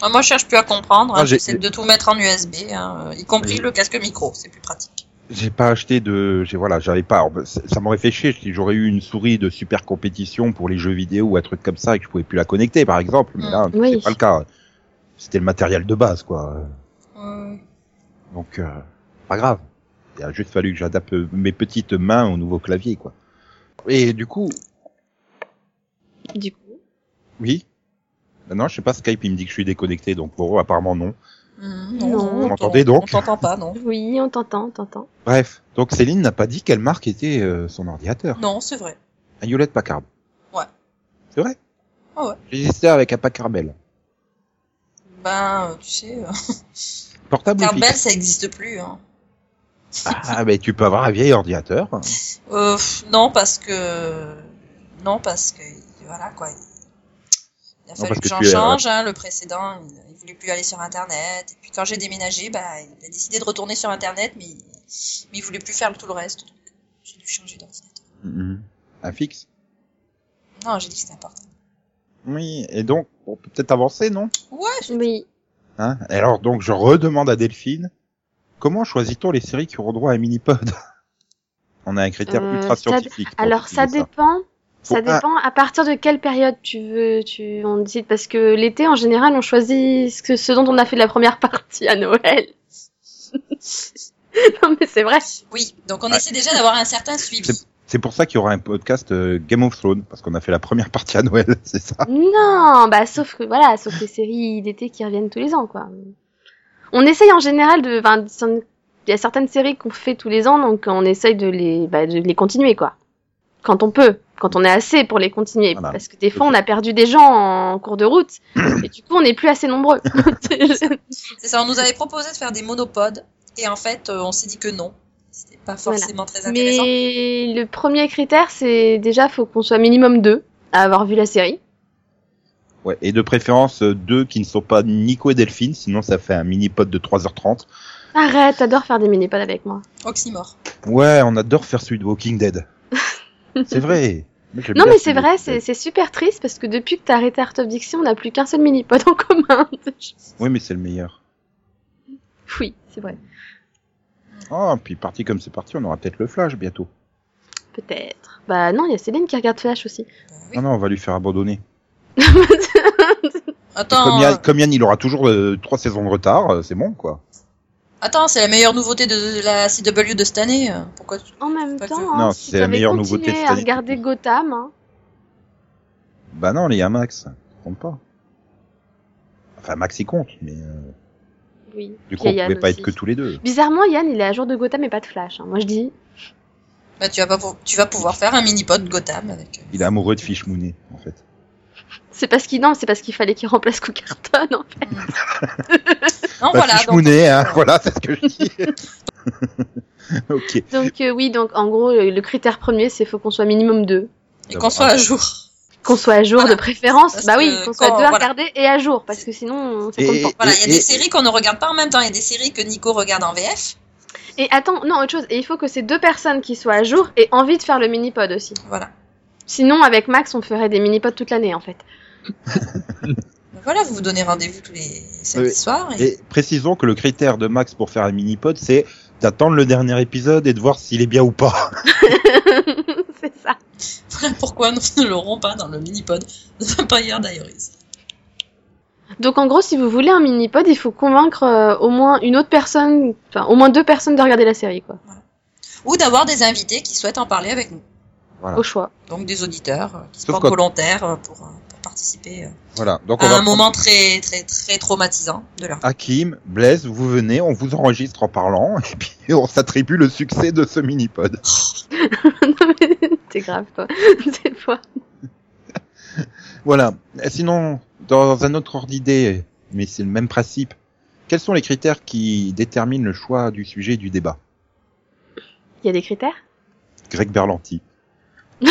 D: Ouais, Moi, je cherche plus à comprendre.
A: Moi,
D: Hein,
A: Ah, j'ai-
D: J'essaie de tout mettre en USB, hein, euh, y compris
A: Oui.
D: le casque micro. C'est plus pratique.
A: J'ai pas acheté de, j'ai voilà, j'avais pas. alors, bah, ça ça m'aurait fait chier si j'aurais eu une souris de super compétition pour les jeux vidéo ou un truc comme ça et que je pouvais plus la connecter, par exemple. Mais là,
C: Oui.
A: c'est pas le cas. C'était le matériel de base, quoi.
D: Ouais.
A: Donc, euh, pas grave. Il a juste fallu que j'adapte mes petites mains au nouveau clavier, quoi. Et du coup,
C: Du coup.
A: oui. Ben non, je sais pas, Skype, il me dit que je suis déconnecté, donc pour eux, apparemment non.
D: Mmh,
C: Non.
A: Vous
D: on
A: m'entendez,
D: t'en-
A: donc
D: On t'entend pas, non.
C: Oui, on t'entend, on t'entend.
A: Bref, donc Céline n'a pas dit quelle marque était euh, son ordinateur.
D: Non, c'est vrai.
A: Un Hewlett Packard.
D: Ouais.
A: C'est vrai
D: Ah ouais.
A: J'hésitais avec un Packard Bell.
D: Ben, euh, tu sais, euh,
A: Portable ou
D: Carbel,
A: fixe
D: ça existe plus. Hein.
A: Ah, mais tu peux avoir un vieil ordinateur.
D: Euh, pff, non, parce que. Non, parce que. Voilà, quoi. Il a fallu
A: parce
D: que
A: que
D: j'en
A: tu es, euh,
D: change. hein, le précédent, il, il voulait plus aller sur Internet. Et puis quand j'ai déménagé, bah, il a décidé de retourner sur Internet, mais, il- mais il voulait plus faire tout le reste. Donc, J'ai dû changer d'ordinateur.
A: Mhm. Un fixe
D: Non, j'ai dit que c'était important.
A: Oui, et donc, on peut peut-être avancer, non
D: Ouais,
C: Ah, Oui.
A: hein Et Alors, donc, je redemande à Delphine, comment choisit-on les séries qui auront droit à un mini-pod On a un critère
C: Euh,
A: ultra
C: ça-
A: scientifique. pour
C: Alors ça
A: décider
C: dépend.
A: Faut
C: Ça
A: un-
C: dépend à partir de quelle période tu veux, tu on décide parce que l'été en général on choisit ce, que- ce dont on a fait la première partie à Noël. non mais c'est vrai.
D: oui. Donc on
A: Ouais.
D: essaie déjà d'avoir un certain suivi.
A: C'est pour ça qu'il y aura un podcast euh, Game of Thrones, parce qu'on a fait la première partie à Noël, c'est ça
C: Non, bah sauf que voilà, sauf les séries d'été qui reviennent tous les ans quoi. On essaye en général de, enfin, il y a certaines séries qu'on fait tous les ans donc on essaye de les, bah, de les continuer quoi. Quand on peut, quand on est assez pour les continuer,
A: Voilà.
C: parce que des fois on a perdu des gens en cours de route et du coup on n'est plus assez nombreux.
D: C'est ça, on nous avait proposé de faire des monopodes. Et en fait, euh, on s'est dit que non. C'était pas
C: Voilà.
D: forcément très intéressant.
C: Mais le premier critère c'est déjà faut qu'on soit minimum deux à avoir vu la série.
A: Ouais, et de préférence euh, deux qui ne sont pas Nico et Delphine, sinon ça fait un mini-pod de 3h30.
C: Arrête, t'adores faire des mini-pods avec moi.
D: Oxymore.
A: Ouais, on adore faire celui de Walking Dead. c'est vrai. Moi, j'aime
C: Non,
A: bien
C: mais c'est
A: celui de
C: vrai,
A: Walking
C: c'est c'est super triste parce que depuis que t'as arrêté Artobdixie, on n'a plus qu'un seul mini-pod en commun.
A: Dead. Oui, mais c'est le meilleur.
C: oui, c'est vrai.
A: Ah, puis parti comme c'est parti, on aura peut-être le flash bientôt.
C: Peut-être. Bah non, il y a Céline qui regarde Flash aussi.
D: Oui.
A: Non, non, on va lui faire abandonner. Et
D: Attends,
A: Comme Yann,
D: euh,
A: comme Yann, il aura toujours euh, trois saisons de retard, euh, c'est bon, quoi.
D: attends, c'est la meilleure nouveauté de la CW de cette année. euh, Pourquoi tu-
C: En même
D: Pas
C: temps,
D: que-
C: hein,
A: Non,
C: si
A: c'est la
C: t'avais
A: meilleure
C: continué
A: nouveauté de cette
C: à
A: année.
C: regarder Gotham, hein,
A: Bah non, les gars, Max, ça compte pas. Enfin, Max, il compte, mais euh,
C: oui.
A: du
C: Puis
A: coup,
C: il y
A: on
C: a
A: pouvait
C: Yann
A: pas
C: aussi.
A: être que tous les deux.
C: Bizarrement, Yann, il est à jour de Gotham et pas de Flash. hein. Moi, je dis.
D: Bah, tu, vas pas pou- tu vas pouvoir faire un mini-pod Gotham avec. euh,
A: Il est amoureux de Fish Mooney, en fait.
C: C'est parce qu'il non, c'est parce qu'il fallait qu'il remplace Cougarton. hein.
D: euh. Non,
A: Bah,
D: voilà.
A: Fish
D: donc- euh,
A: Mooney, hein, voilà, c'est ce que je dis. ok.
C: Donc euh, oui, donc en gros, le, le critère premier, c'est faut qu'on soit minimum deux,
D: et qu'on soit à jour.
C: qu'on soit à jour
D: Voilà.
C: de préférence.
D: Parce
C: bah oui,
D: que
C: qu'on soit
D: quand-
C: deux à
D: voilà.
C: regarder et à jour, parce que sinon, ça compte
A: Et,
C: pas.
D: Voilà, il y a
A: et-
D: des
A: et-
D: séries qu'on ne regarde pas en même temps. Il y a des séries que Nico regarde en VF.
C: Et attends, non, autre chose. Et il faut que ces deux personnes qui soient à jour aient envie de faire le mini-pod aussi.
D: Voilà.
C: Sinon, avec Max, on ferait des mini-pods toute l'année, en fait.
D: Donc Voilà, vous vous donnez rendez-vous tous les samedis
A: Oui.
D: soirs. Et...
A: Et précisons que le critère de Max pour faire un mini-pod, c'est d'attendre le dernier épisode et de voir s'il est bien ou pas.
C: c'est ça.
D: Voilà pourquoi nous ne l'aurons pas dans le mini-pod de Vampire Diaries.
C: Donc, en gros, si vous voulez un mini-pod, il faut convaincre euh, au moins une autre personne, enfin, au moins deux personnes de regarder la série, quoi.
D: Ou d'avoir des invités qui souhaitent en parler avec nous. Ah.
A: Voilà.
C: Au choix.
D: Donc des auditeurs euh, qui se
A: Sauf
D: portent
A: quand-
D: volontaires euh, pour, euh, pour participer euh,
A: Voilà. Donc
D: à
A: on va
D: un
A: prendre
D: moment très, très, très traumatisant de leur
A: Hakim, Blaise, vous venez, on vous enregistre en parlant et puis on s'attribue le succès de ce mini-pod.
C: Non, mais c'est grave, quoi. C'est quoi
A: Voilà. Et Sinon, dans un autre ordre d'idée, mais c'est le même principe, Quels sont les critères qui déterminent le choix du sujet du débat
C: Il y a des critères
A: Greg Berlanti.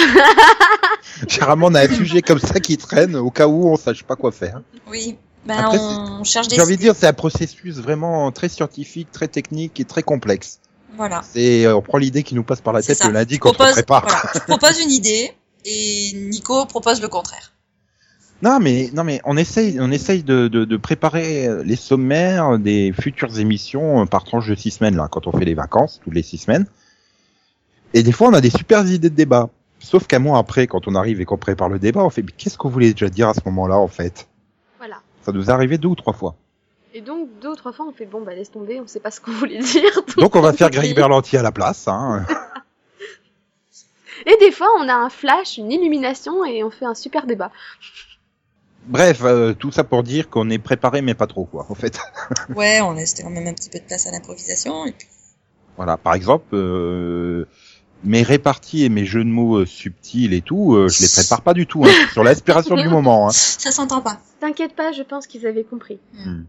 A: Généralement, on a un sujet comme ça qui traîne au cas où on sache pas quoi faire.
D: Oui. Ben,
A: Après,
D: on cherche des.
A: J'ai envie de dire, c'est un processus vraiment très scientifique, très technique et très complexe.
D: Voilà.
A: C'est, euh, on prend l'idée qui nous passe par la
D: Ah. C'est
A: tête
D: ça.
A: le lundi
D: Je
A: quand on
D: propose,
A: prépare.
D: voilà, je propose une idée et Nico propose le contraire.
A: Non, mais non, mais on essaye, on essaye de, de, de préparer euh, les sommaires des futures émissions euh, par tranche de six semaines là, quand on fait les vacances toutes les six semaines. Et des fois, on a des super idées de débat. Sauf qu'un mois après, quand on arrive et qu'on prépare le débat, on fait mais qu'est-ce qu'on voulait déjà dire à ce moment-là en fait
C: Voilà.
A: Ça nous est arrivé deux ou trois fois.
C: Et donc, deux ou trois fois, on fait bon, bah laisse tomber, on sait pas ce qu'on voulait dire.
A: Donc, on va faire
C: oublie.
A: Greg Berlanti à la place. Hein.
C: Et des fois, on a un flash, une illumination et on fait un super débat.
A: Bref, euh, tout ça pour dire qu'on est préparé mais pas trop quoi. En fait,
D: Ouais, on laisse quand même un petit peu de place à l'improvisation. Et puis,
A: voilà. Par exemple. euh, mes réparties et mes jeux de mots euh, subtils et tout, euh, je les prépare pas du tout. Hein, sur l'inspiration du moment. Hein.
D: ça s'entend pas.
C: T'inquiète pas, je pense qu'ils avaient compris.
A: Hmm.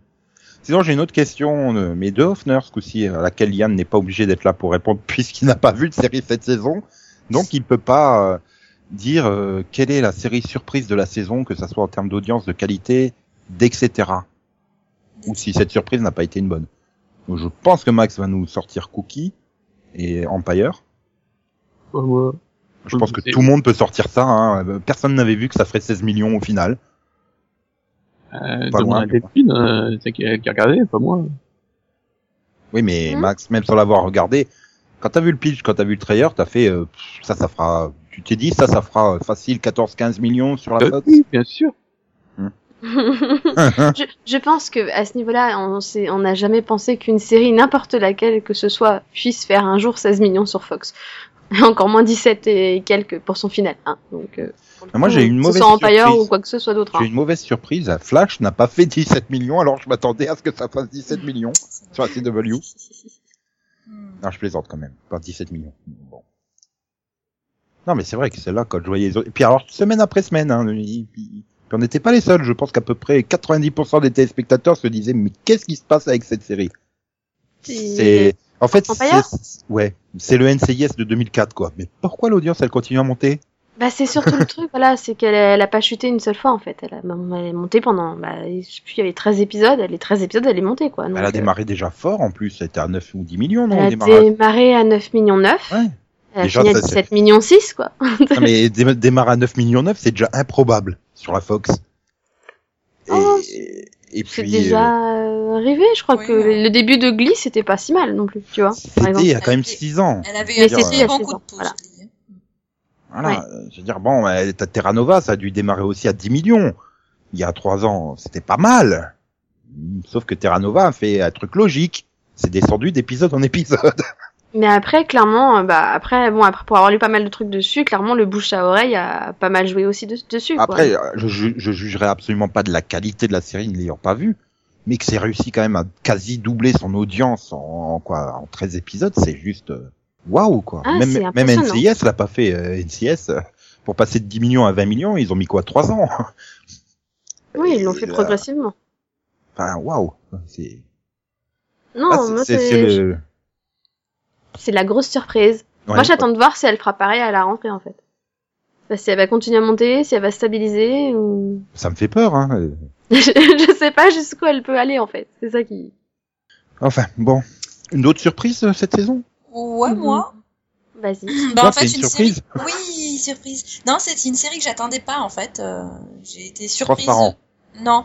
A: Sinon, j'ai une autre question, euh, mais de Hoffner, ce coup-ci, à laquelle Yann n'est pas obligé d'être là pour répondre, puisqu'il n'a pas vu de série cette saison. Donc, il peut pas euh, dire euh, quelle est la série surprise de la saison, que ça soit en termes d'audience, de qualité, d'etc. Ou si cette surprise n'a pas été une bonne. Donc, je pense que Max va nous sortir Cookie et Empire.
E: Bah, moi,
A: Je
E: Oui,
A: pense que
E: c'est-
A: tout le monde peut sortir ça. hein. Personne n'avait vu que ça ferait 16 millions au final.
E: euh,
A: Pas
E: demande
A: loin,
E: à Delphine, euh, c'est qui, qui a regardé, pas moi.
A: Oui, mais
C: Hmm.
A: Max, même sans l'avoir regardé, quand t'as vu le pitch, quand t'as vu le trailer, t'as fait euh, pff, ça, ça fera. Tu t'es dit ça, ça fera euh, facile 14-15 millions sur la
E: Euh,
A: Fox.
E: oui, bien sûr.
C: je, je pense que à ce niveau-là, on s'est- on n'a jamais pensé qu'une série, n'importe laquelle que ce soit, puisse faire un jour 16 millions sur Fox. Encore moins 17 et quelques pour son final. hein. Donc, euh, pour le
A: Ah, Moi,
C: coup,
A: j'ai une
C: que ce
A: mauvaise
C: soit Empire
A: surprise.
C: ou quoi que ce soit d'autre.
A: J'ai
C: hein.
A: une mauvaise surprise. Flash n'a pas fait 17 millions, alors je m'attendais à ce que ça fasse 17 millions sur la CW.
D: Hmm.
A: Non, je plaisante quand même. Pas 17 millions. Bon. Non, mais c'est vrai que celle-là, quand je voyais les autres. Et puis alors, semaine après semaine, hein, il- il- puis on n'était pas les seuls. Je pense qu'à peu près 90% des téléspectateurs se disaient, mais qu'est-ce qui se passe avec cette série C'est, en fait,
C: Empire
A: c'est, ouais, c'est le NCIS de 2004, quoi. Mais pourquoi l'audience, elle continue à monter?
C: Bah, c'est surtout le truc, voilà, c'est qu'elle elle a pas chuté une seule fois en fait. Elle, a, elle est montée pendant, bah, je sais plus, il y avait 13 épisodes, les 13 épisodes, elle est montée quoi. Donc,
A: elle a
C: euh,
A: démarré déjà fort, en plus. C'était à 9 ou 10 millions, non,
C: Elle
A: au
C: a
A: démarrage?
C: démarré à 9 millions 9.
A: Ouais.
C: Elle a
A: Déjà,
C: fini
A: ça,
C: à
A: c'est-
C: 17 millions 6, quoi.
A: Non, mais dé- démarre à 9 millions 9, c'est déjà improbable sur la Fox. Et,
C: Oh,
A: et
C: C'est
A: puis, euh,
C: déjà euh, arrivé, je crois
D: Oui,
C: que
D: ouais.
C: le début de Glee, c'était pas si mal non plus, tu vois. Par
A: c'était il
C: exemple.
A: y a quand même 6 ans.
D: Elle avait
A: Mais
D: eu un
A: c'était il y
D: petit
A: a
D: bon
C: six
D: coup de
C: ans,
D: pouce.
C: voilà.
D: Lily.
A: Voilà. euh, Je veux dire, bon, euh, t'as Terra Nova, ça a dû démarrer aussi à 10 millions. Il y a 3 ans, c'était pas mal. Sauf que Terra Nova a fait un truc logique. C'est descendu d'épisode en épisode.
C: Mais après, clairement, euh, bah, après, bon, après, pour avoir lu pas mal de trucs dessus, clairement, le bouche à oreille a pas mal joué aussi de- dessus, quoi.
A: Après, euh, je, ju- je jugerai absolument pas de la qualité de la série ne l'ayant pas vue, mais que c'est réussi quand même à quasi doubler son audience en, en quoi en 13 épisodes, c'est juste euh, waouh quoi.
C: Ah,
A: même
C: c'est
A: même
C: impressionnant.
A: NCIS l'a pas fait euh, NCIS euh, pour passer de 10 millions à 20 millions, ils ont mis quoi 3 ans.
C: oui, ils l'ont fait
A: euh,
C: progressivement.
A: Enfin waouh, c'est
C: Non,
A: ah,
C: moi,
A: c'est- c'est-
C: c'est-
A: c'est le-
C: c'est la grosse surprise.
A: Ouais.
C: moi, j'attends de voir si elle fera pareil à la rentrée, en fait. Enfin, si elle va continuer à monter, si elle va stabiliser, ou...
A: Ça me fait peur hein. euh.
C: je je sais pas jusqu'où elle peut aller, en fait. C'est ça qui...
A: Enfin, bon, une autre surprise euh, cette saison
D: Ouais,
C: Mhm.
D: moi.
C: Vas-y.
D: Bah,
A: Toi,
D: en fait,
A: c'est une
D: une
A: surprise.
D: série. Oui, surprise. Non, c'est une série que j'attendais pas, en fait. Euh, j'ai été surprise.
A: Transparent.
D: Non,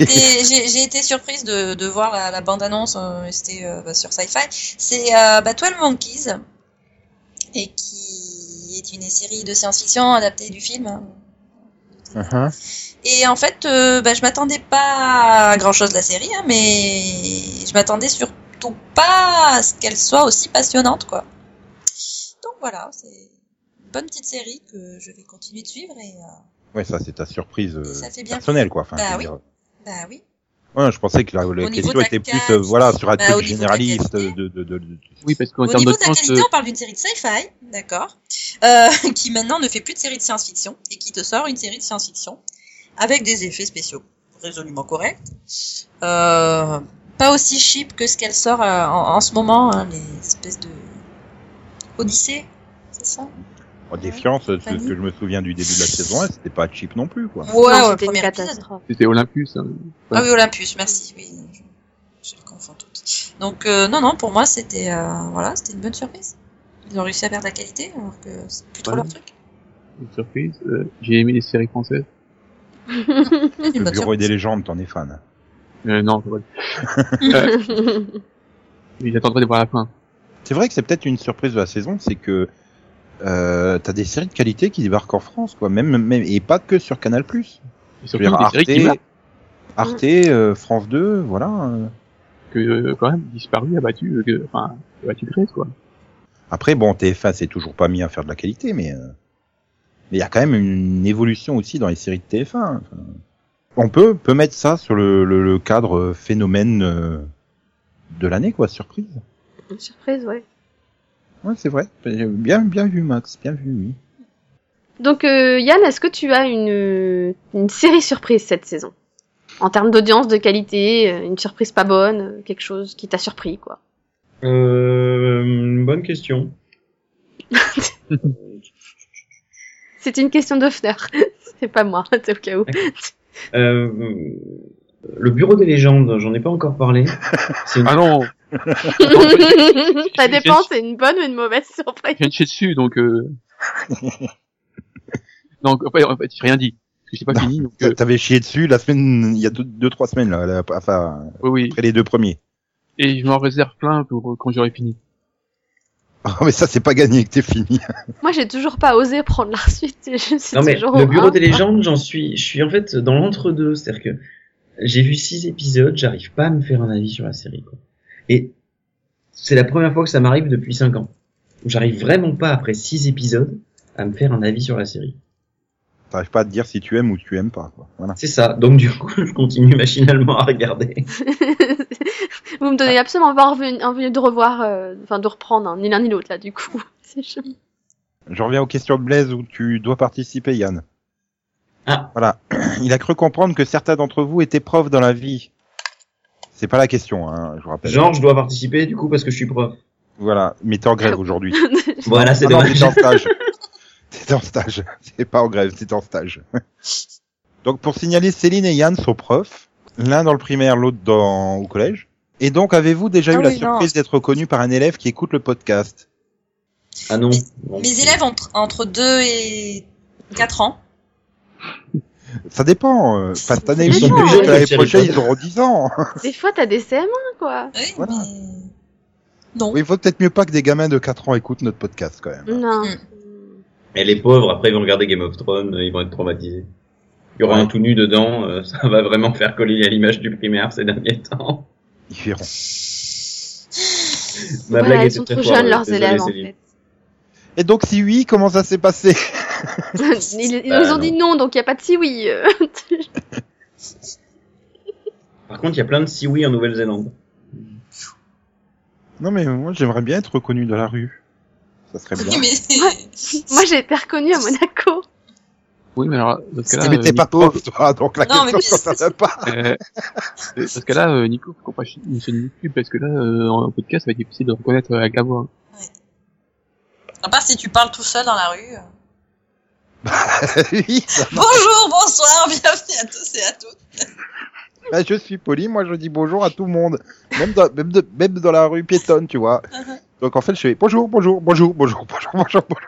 D: été, j'ai, j'ai été surprise de, de voir la, la bande-annonce, euh, c'était euh, bah, sur Sci-Fi. C'est euh, bah, 12 Monkeys, et qui est une série de science-fiction adaptée du film.
A: Uh-huh.
D: Et en fait, euh, bah, je m'attendais pas à grand-chose de la série, hein, mais je m'attendais surtout pas à ce qu'elle soit aussi passionnante, quoi. Donc voilà, c'est une bonne petite série que je vais continuer de suivre et euh,
A: Ouais, ça c'est ta surprise euh,
D: ça fait bien.
A: personnelle quoi. Enfin,
D: Bah
A: je veux
D: oui.
A: dire,
D: Bah oui.
A: Ouais, je pensais que la, la
D: Au niveau
A: question
D: de la
A: était plus euh, voilà sur un
D: bah, au
A: truc
D: niveau de la
A: généraliste
D: qualité.
A: de, de, de, de-
E: Oui, parce qu'en
D: Au
E: termes euh,
D: niveau de la
E: d'audience,
D: qualité, on parle d'une série de sci-fi, d'accord, euh, qui maintenant ne fait plus de série de science-fiction et qui te sort une série de science-fiction avec des effets spéciaux résolument corrects, euh, pas aussi cheap que ce qu'elle sort euh, en, en ce moment, hein, les espèces de Odyssée, c'est ça
A: En défiance, ce
D: Fanny.
A: que je me souviens du début de la saison 1, c'était pas cheap non plus, quoi.
D: Ouais, ouais,
C: Non,
D: le
C: c'était une
D: premier épisode.
C: catastrophe.
E: C'était Olympus. Hein.
D: Ah oui, Olympus, merci. Oui, je, je les confonds toutes. Donc euh, non, non, pour moi c'était euh, voilà, c'était une bonne surprise. Ils ont réussi à faire de la qualité alors que c'est plus trop
E: Ouais.
D: leur truc.
E: Une surprise. Euh, J'ai aimé les séries françaises.
D: C'est une
A: Le
D: bonne
A: bureau
D: bah, surprise.
A: des légendes, t'en es fan.
E: Euh, non, je vois. Euh, mais j'attendrai de voir la fin.
A: C'est vrai que c'est peut-être une surprise de la saison, c'est que euh, t'as des séries de qualité qui débarquent en France, quoi, même, même et pas que sur Canal+.
E: Et
A: Je veux
E: surtout
A: dire,
E: des séries qui
A: Arte,
E: marquent,
A: Arte, euh, France 2, voilà. euh.
E: que euh, quand même disparu, abattu, euh, que- enfin abattu de race, quoi.
A: Après, bon, TF1 c'est toujours pas mis à faire de la qualité, mais euh, mais il y a quand même une évolution aussi dans les séries de TF1. hein. Enfin, on peut peut mettre ça sur le, le, le cadre euh, phénomène euh, de l'année, quoi, surprise.
C: Une surprise, ouais.
A: Ouais, c'est vrai. Bien, bien vu, Max. Bien vu, oui.
C: Donc euh, Yann, est-ce que tu as une, euh, une série surprise cette saison En termes d'audience, de qualité, euh, une surprise pas bonne, euh, quelque chose qui t'a surpris, quoi.
B: Euh, bonne question.
C: C'est une question d'Hoffner, c'est pas moi, c'est au cas où.
B: Euh, le bureau des légendes, j'en ai pas encore parlé. C'est une-
E: Ah non,
C: Ça dépend, c'est une bonne ou une mauvaise surprise.
E: je viens de chez dessus, donc. Euh... donc en fait, en fait, j'ai rien dit. Parce que j'ai pas
A: Non.
E: fini. Donc,
A: T'a-
E: euh,
A: T'avais chié dessus la semaine, il y a deux, deux trois semaines là, là, enfin
E: oui, oui.
A: après les deux premiers.
E: Et je m'en réserve plein pour euh, quand j'aurai fini.
A: Oh, mais ça c'est pas gagné que t'es fini.
C: Moi, j'ai toujours pas osé prendre la suite. Je suis
B: Non mais
C: toujours
B: le
C: au
B: bureau
C: un.
B: des légendes, j'en suis, je suis en fait dans l'entre-deux, c'est-à-dire que j'ai vu six épisodes, j'arrive pas à me faire un avis sur la série. Quoi. Et c'est la première fois que ça m'arrive depuis cinq ans. J'arrive vraiment pas après six épisodes à me faire un avis sur la série.
A: T'arrives pas à te dire si tu aimes ou tu aimes pas. Quoi. Voilà.
B: C'est ça. Donc du coup, je continue machinalement à regarder.
C: Vous me donnez absolument pas envie, envie de revoir, euh, enfin de reprendre hein, ni l'un ni l'autre là, du coup. C'est chaud.
A: Je reviens aux questions de Blaise où tu dois participer, Yann.
B: Ah.
A: Voilà. Il a cru comprendre que certains d'entre vous étaient profs dans la vie. C'est pas la question, hein, je vous rappelle.
B: Genre, je dois participer du coup parce que je suis prof.
A: Voilà. Mais t'es en grève aujourd'hui.
B: Voilà, c'est
A: Ah non,
B: dommage.
A: T'es en stage. t'es en stage. C'est pas en grève, t'es en stage. donc pour signaler, Céline et Yann sont profs, l'un dans le primaire, l'autre dans au collège. Et donc avez-vous déjà
D: Ah
A: eu la
D: oui, non.
A: surprise d'être reconnu par un élève qui écoute le podcast
B: Ah non.
D: Mes-
B: Bon.
A: euh,
D: Mes élèves ont tr- entre 2 et 4 ans.
A: Ça dépend. euh, Enfin cette année,
C: Ils
A: ils
C: sont
A: sont
C: plus
A: plus
C: jeunes
A: que
B: que
A: l'année
B: Thierry
A: prochaine, ils
B: Poiret.
A: auront 10 ans.
C: Des fois, t'as des CM1, quoi.
D: Oui,
A: Voilà.
D: mais non.
A: Oui, il faut peut-être mieux pas que des gamins de 4 ans écoutent notre podcast quand
D: Mm.
A: même.
C: Non.
B: Et les pauvres, après, ils vont regarder Game of Thrones, ils vont être traumatisés. Il y aura
A: Ouais.
B: un tout nu dedans, euh, ça va vraiment faire coller à l'image du primaire ces derniers temps.
A: Ils verront.
B: Ma
C: Voilà,
B: blague
C: ils
B: était
C: sont
B: très
C: trop
B: foireuse,
C: jeunes, leurs
B: désolé,
C: élèves, en
B: Céline.
C: fait.
A: Et donc si oui, comment ça s'est passé
C: ils, ils
B: Ah,
C: nous
B: non.
C: ont dit non, donc il y a pas de si oui. euh.
B: Par contre, il y a plein de si oui en Nouvelle-Zélande.
A: Non mais moi j'aimerais bien être reconnu dans la rue. Ça serait
D: Oui,
A: bien.
D: mais
C: Moi, j'ai été reconnue à Monaco.
E: Oui, mais alors dans ce cas-là,
A: mais
E: euh,
A: t'es pas
E: Nico,
A: pauvre toi, donc la
D: Non, mais
A: question ça
D: puis-
A: t'intéresse pas.
E: euh, dans ce cas-là, euh, Nico, faut qu'on fasse une chaîne YouTube parce que là, euh, en podcast, ça va être difficile de reconnaître euh, avec la voix.
D: à part si tu parles tout seul dans la rue. euh.
A: oui, ça marche.
D: Bonjour, bonsoir, bienvenue à tous et à toutes.
A: Bah, je suis poli, moi je dis bonjour à tout le monde, même dans, même de- même dans la rue piétonne, tu vois. Donc en fait, je fais bonjour, bonjour, bonjour, bonjour, bonjour, bonjour, bonjour.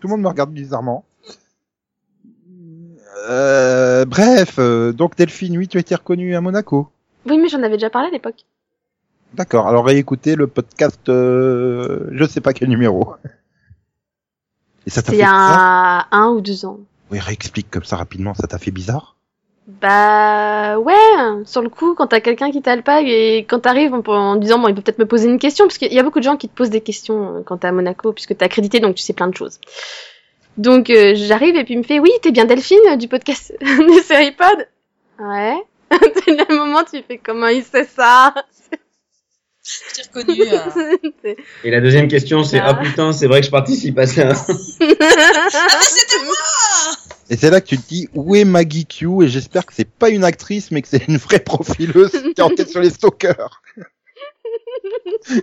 A: Tout le monde me regarde bizarrement. Euh, bref, euh, donc Delphine, oui, tu as été reconnue à Monaco.
C: Oui, mais j'en avais déjà parlé à l'époque.
A: D'accord, alors réécoutez le podcast, euh, je sais pas quel numéro. Et ça t'a
C: C'était
A: fait
C: il y a
A: bizarre
C: un, un ou deux ans.
A: Oui, réexplique comme ça rapidement, ça t'a fait bizarre
C: Bah ouais, sur le coup, quand t'as quelqu'un qui t'alpague et quand t'arrives en, en disant bon, il peut peut-être me poser une question, parce qu'il y a beaucoup de gens qui te posent des questions euh, quand t'es à Monaco, puisque t'es accrédité, donc tu sais plein de choses. Donc euh, j'arrive et puis il me fait oui, t'es bien Delphine euh, du podcast des séries pod. Ouais. C'est le moment tu fais comment il sait ça.
D: Je t'ai reconnu. euh.
B: Et la deuxième question, c'est
C: Ah.
B: ah putain, c'est vrai que je participe à ça.
D: Ah, mais c'était moi
A: Et c'est là que tu te dis, où est Maggie Q Et j'espère que c'est pas une actrice, mais que c'est une vraie profileuse qui enquête sur les stalkers.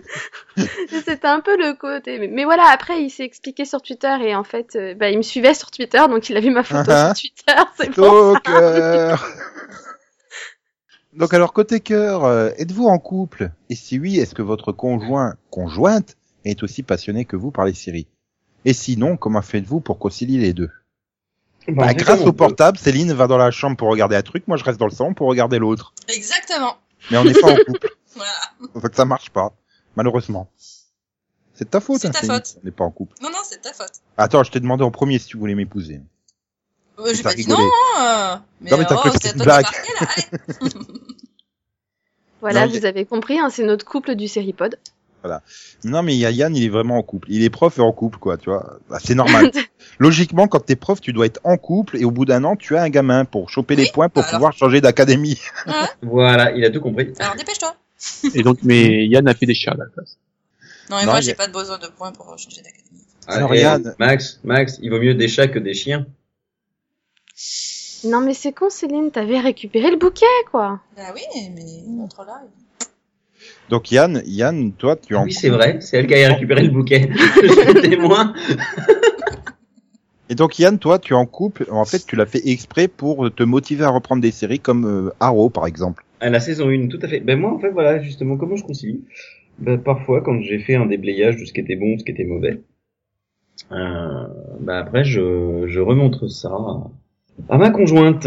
C: C'était un peu le côté. Mais, mais voilà, après, il s'est expliqué sur Twitter et en fait, euh, bah, il me suivait sur Twitter, donc il a vu ma photo
A: Ah ah.
C: sur Twitter. C'est bon.
A: Stalker Donc alors, côté cœur, euh, êtes-vous en couple Et si oui, est-ce que votre conjoint, conjointe, est aussi passionné que vous par les séries Et sinon, comment faites-vous pour concilier les deux Bah, Grâce au portable, Céline va dans la chambre pour regarder un truc, moi je reste dans le salon pour regarder l'autre.
D: Exactement.
A: Mais on n'est pas en couple,
D: Voilà.
A: donc ça marche pas, malheureusement. C'est de ta faute,
D: C'est
A: hein,
D: ta
A: Céline,
D: faute.
A: on n'est pas en couple.
D: Non, non, c'est de ta faute.
A: Attends, je t'ai demandé en premier si tu voulais m'épouser.
D: Euh, J'ai
A: T'as
D: pas dit
A: rigolé.
D: non, hein, mais,
A: Non, mais t'as
D: oh,
A: fait
D: c'est à
A: une
D: toi de
A: blague.
D: marquer, là, allez.
C: Voilà,
A: Non,
C: vous avez compris, hein, c'est notre couple du Seripod.
A: Non, mais il y a Yann, il est vraiment en couple. Il est prof et en couple, quoi, tu vois. Bah, c'est normal. Logiquement, quand t'es prof, tu dois être en couple et au bout d'un an, tu as un gamin pour choper les points pour
D: alors.
A: pouvoir changer d'académie.
B: Voilà, il a tout compris.
C: Ah.
D: Alors dépêche-toi.
E: Et donc, mais Yann a fait des chats à la place.
D: Non, et
A: Non,
D: moi,
A: il y
D: j'ai
A: a-
D: pas de besoin de points pour changer d'académie.
A: Alors,
B: eh,
A: Yann.
B: Max, Max, il vaut mieux des chats que des chiens.
C: Non, mais c'est con, Céline, t'avais récupéré le bouquet, quoi.
D: Bah oui, mais montre là.
A: Donc, Yann, Yann, toi, tu es en
B: Oui, c'est vrai, c'est elle qui a récupéré le bouquet. Je suis témoin.
A: Et donc, Yann, toi, tu es en couple. En fait, tu l'as fait exprès pour te motiver à reprendre des séries comme euh, Arrow, par exemple.
B: À la saison 1, tout à fait. Ben moi, en fait, voilà, justement, comment je concilie ben, Parfois, quand j'ai fait un déblayage de ce qui était bon, ce qui était mauvais, euh, ben après, je, je remontre ça à- à ma conjointe.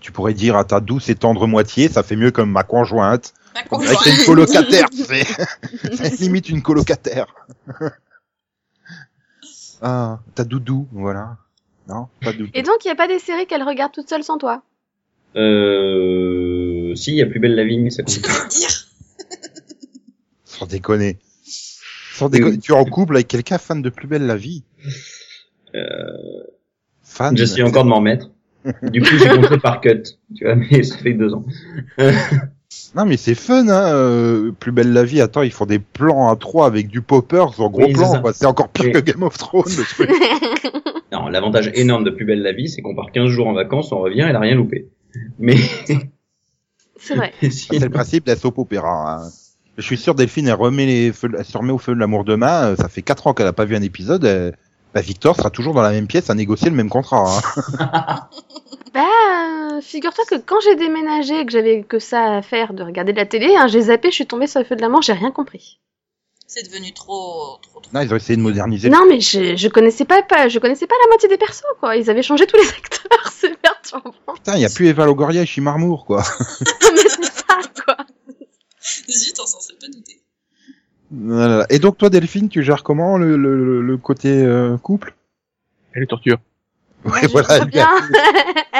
A: Tu pourrais dire à ta douce et tendre moitié, ça fait mieux comme ma conjointe.
D: Ma
C: Oh,
A: On dirait que c'est une
D: conjointe.
A: colocataire, tu sais. C'est limite une colocataire. ah, ta doudou, voilà. Non, pas doudou.
C: Et donc, il n'y a pas des séries qu'elle regarde toute seule sans toi.
B: Euh, si, il y a plus belle la vigne, ça compte.
D: Dire.
A: Sans déconner. Sans déconner.
B: Oui.
A: Tu es en couple avec quelqu'un fan de Plus Belle la Vie
B: Euh,
A: Fan
B: je suis encore de m'en remettre. Du coup, j'ai compté par cut. Tu vois, mais ça fait deux ans.
A: Non mais c'est fun, hein euh, Plus Belle la Vie, attends, ils font des plans à trois avec du popper en gros
B: Oui, c'est
A: plan,
B: ça.
A: quoi. C'est encore pire
B: Oui.
A: que Game of Thrones, le truc.
B: Non, l'avantage énorme de plus belle la vie, c'est qu'on part 15 jours en vacances, on revient, elle a rien loupé. Mais
C: c'est vrai.
A: Ah, c'est le
B: sinon-
A: principe de la soap opéra. hein. Je suis sûr, Delphine, elle, remet les feux, elle se remet au feu de l'amour demain. euh, Ça fait quatre ans qu'elle a pas vu un épisode. euh, Bah, Victor sera toujours dans la même pièce à négocier le même contrat. hein.
C: Bah, euh, figure-toi que quand j'ai déménagé et que j'avais que ça à faire de regarder de la télé, hein, j'ai zappé, je suis tombée sur le feu de la mort, j'ai rien compris.
D: C'est devenu trop, trop, trop.
A: Non, ils ont essayé de moderniser.
C: Non, mais je, je connaissais pas, pas, je connaissais pas la moitié des persos, quoi. Ils avaient changé tous les acteurs, c'est perturbant.
A: Putain, il y a plus Eva Longoria et Chimarmour, quoi.
C: mais c'est ça, quoi.
D: Zut, on s'en serait pas douté.
A: Voilà. Et donc toi Delphine, tu gères comment le, le- le, le côté euh, couple
E: Elle le torture.
A: Ouais,
C: Je vois
A: lui,
C: bien.
A: elle-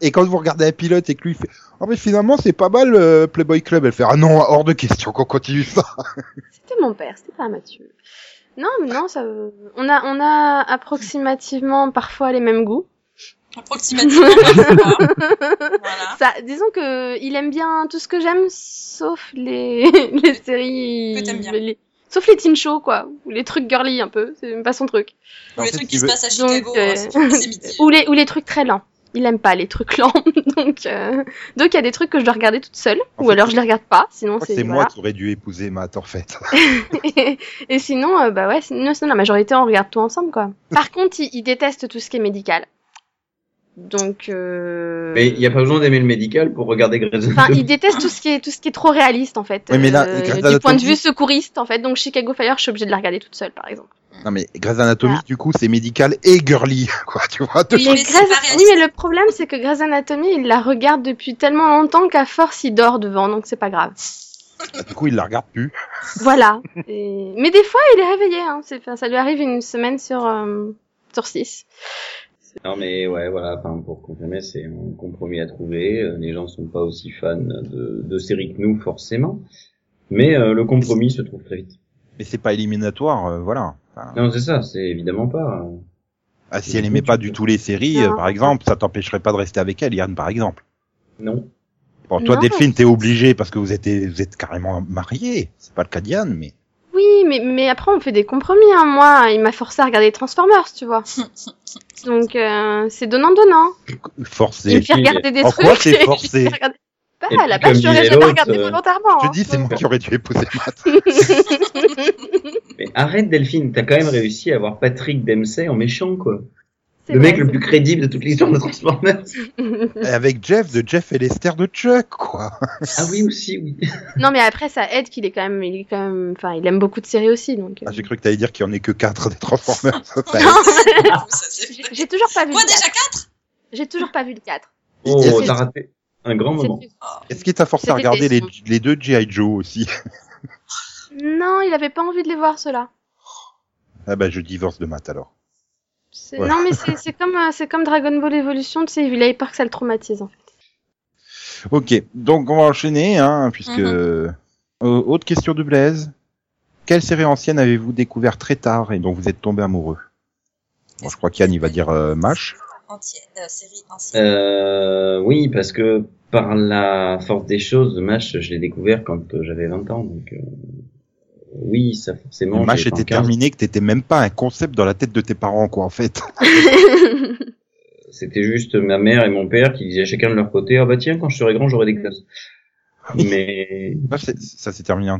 C: Eh,
A: Et quand vous regardez un pilote et que lui fait "Ah mais finalement c'est pas mal euh, Playboy Club", elle fait "Ah non, hors de question qu'on continue ça."
C: C'était mon père, c'était pas Mathieu. Non, mais non, ça. euh, On a, on a approximativement parfois les mêmes goûts.
D: Approximativement. voilà.
C: Ça, disons que il aime bien tout ce que j'aime, sauf les, les séries.
D: Que t'aimes bien.
C: les- sauf les teen shows, quoi. Ou les trucs girly un peu. C'est même pas son truc.
D: Ou
A: En
D: les
A: fait, il
D: trucs qui se
A: veut-
D: passent à Chicago,
C: Donc,
D: hein,
C: euh,
D: c'est c'est midi.
C: Ou les, ou les trucs très lents. Il aime pas les trucs lents. donc, euh, donc il y a des trucs que je dois regarder toute seule.
A: En
C: ou
A: fait,
C: alors je les regarde pas. Sinon,
A: Je crois que
C: c'est.
A: c'est moi
C: voilà.
A: qui aurais dû épouser Matt en fait.
C: et, et sinon, euh, bah ouais, sinon, sinon, la majorité, on regarde tout ensemble, quoi. Par contre, il, il déteste tout ce qui est médical. Donc, euh...
B: Mais il n'y a pas besoin d'aimer le médical pour regarder Grey's
C: enfin, il
B: Anatomy.
C: déteste tout ce qui est tout ce qui est trop réaliste, en fait.
A: Oui, mais là,
C: Euh,
A: Grey's
C: du point de
A: Anatomy-
C: vue secouriste, en fait. Donc, Chicago Fire, je suis obligée de la regarder toute seule, par exemple.
A: non mais Grey's Anatomy
C: Ah.
A: du coup, c'est médical et girly quoi, tu vois. deux
D: Oui,
A: trucs.
D: mais c'est
C: Grey's-
D: pas
C: Oui,
D: réaliste.
C: mais le problème, c'est que Grey's Anatomy, il la regarde depuis tellement longtemps qu'à force, il dort devant, donc c'est pas grave.
A: Bah, du coup, il la regarde plus.
C: Voilà. Et- Mais des fois, il est réveillé. Hein. C'est- enfin, ça lui arrive une semaine sur euh, sur six.
B: Non mais ouais voilà, enfin, pour confirmer, c'est un compromis à trouver. Euh, Les gens sont pas aussi fans de, de séries que nous forcément, mais euh, le compromis se trouve très vite.
A: Mais c'est pas éliminatoire, euh, voilà. Enfin,
B: Non c'est ça, c'est évidemment pas. euh,
A: ah, si elle aimait pas du tout les séries,
C: Non.
A: euh, par exemple, ça t'empêcherait pas de rester avec elle, Yann, par exemple.
B: Non.
A: Bon, toi,
C: Non.
A: Delphine, t'es obligé parce que vous êtes, vous êtes carrément mariés. C'est pas le cas de Yann, mais.
C: Oui, mais, mais après, on fait des compromis. Hein. Moi, il m'a forcé à regarder Transformers, tu vois. Donc, euh, c'est donnant-donnant. Il
A: Forcé.
C: me fait regarder des
A: en
C: trucs.
A: quoi c'est
C: et je lui
A: forcé
C: fais regarder- Bah,
B: Et puis,
C: la
B: comme
C: page, je
B: disait
C: l'aurais pas
B: l'autre,
C: regardé
B: euh,
C: volontairement.
A: Je
C: hein.
A: te dis, c'est moi qui aurais dû épouser Matt.
B: Mais arrête Delphine, t'as quand même réussi à avoir Patrick Dempsey en méchant quoi.
C: hein. C'est
B: Le
C: vrai,
B: mec le plus crédible de toute l'histoire de Transformers.
A: Et Avec Jeff de Jeff et Lester de Chuck, quoi.
B: Ah oui aussi oui.
C: Non, mais après, ça aide qu'il est quand même, il est quand même, enfin, il aime beaucoup de séries aussi, donc. euh.
A: Ah, J'ai cru que t'allais dire qu'il n'y en ait que 4 des Transformers. Enfin,
B: Ah,
D: ça, c'est
C: J'ai- J'ai toujours pas vu
D: Quoi
C: le 4.
D: déjà 4
C: J'ai toujours pas vu le 4.
B: Oh
A: Yes.
B: t'as raté un grand
C: C'est-
B: moment.
A: Est-ce qu'il t'a forcé à
C: C'était
A: regarder les,
C: décent.
A: les deux G.I. Joe aussi
C: Non, il avait pas envie de les voir, ceux-là.
A: Ah bah, je divorce de Matt alors.
C: C'est-
A: Ouais.
C: Non, mais c'est c'est comme, euh, c'est comme Dragon Ball Evolution, tu sais, il avait peur que ça le traumatise, hein. en fait.
A: Ok, donc on va enchaîner, hein, puisque... Euh, autre question de Blaise. Quelle série ancienne avez-vous découvert très tard et dont vous êtes tombé amoureux Bon, je crois qu'Yann, il va dire euh, MASH.
D: Entière, euh, série ancienne.
B: Euh, oui parce que par la force des choses, le match je l'ai découvert quand euh, j'avais 20 ans donc euh, oui ça forcément.
A: MASH
B: j'avais
A: était
B: 15.
A: terminé, que t'étais même pas un concept dans la tête de tes parents, quoi, en fait.
B: C'était juste ma mère et mon père qui disaient chacun de leur côté ah bah tiens quand je serai grand j'aurai des classes.
A: Ah
B: Mais
A: Bref, c'est- ça s'est terminé en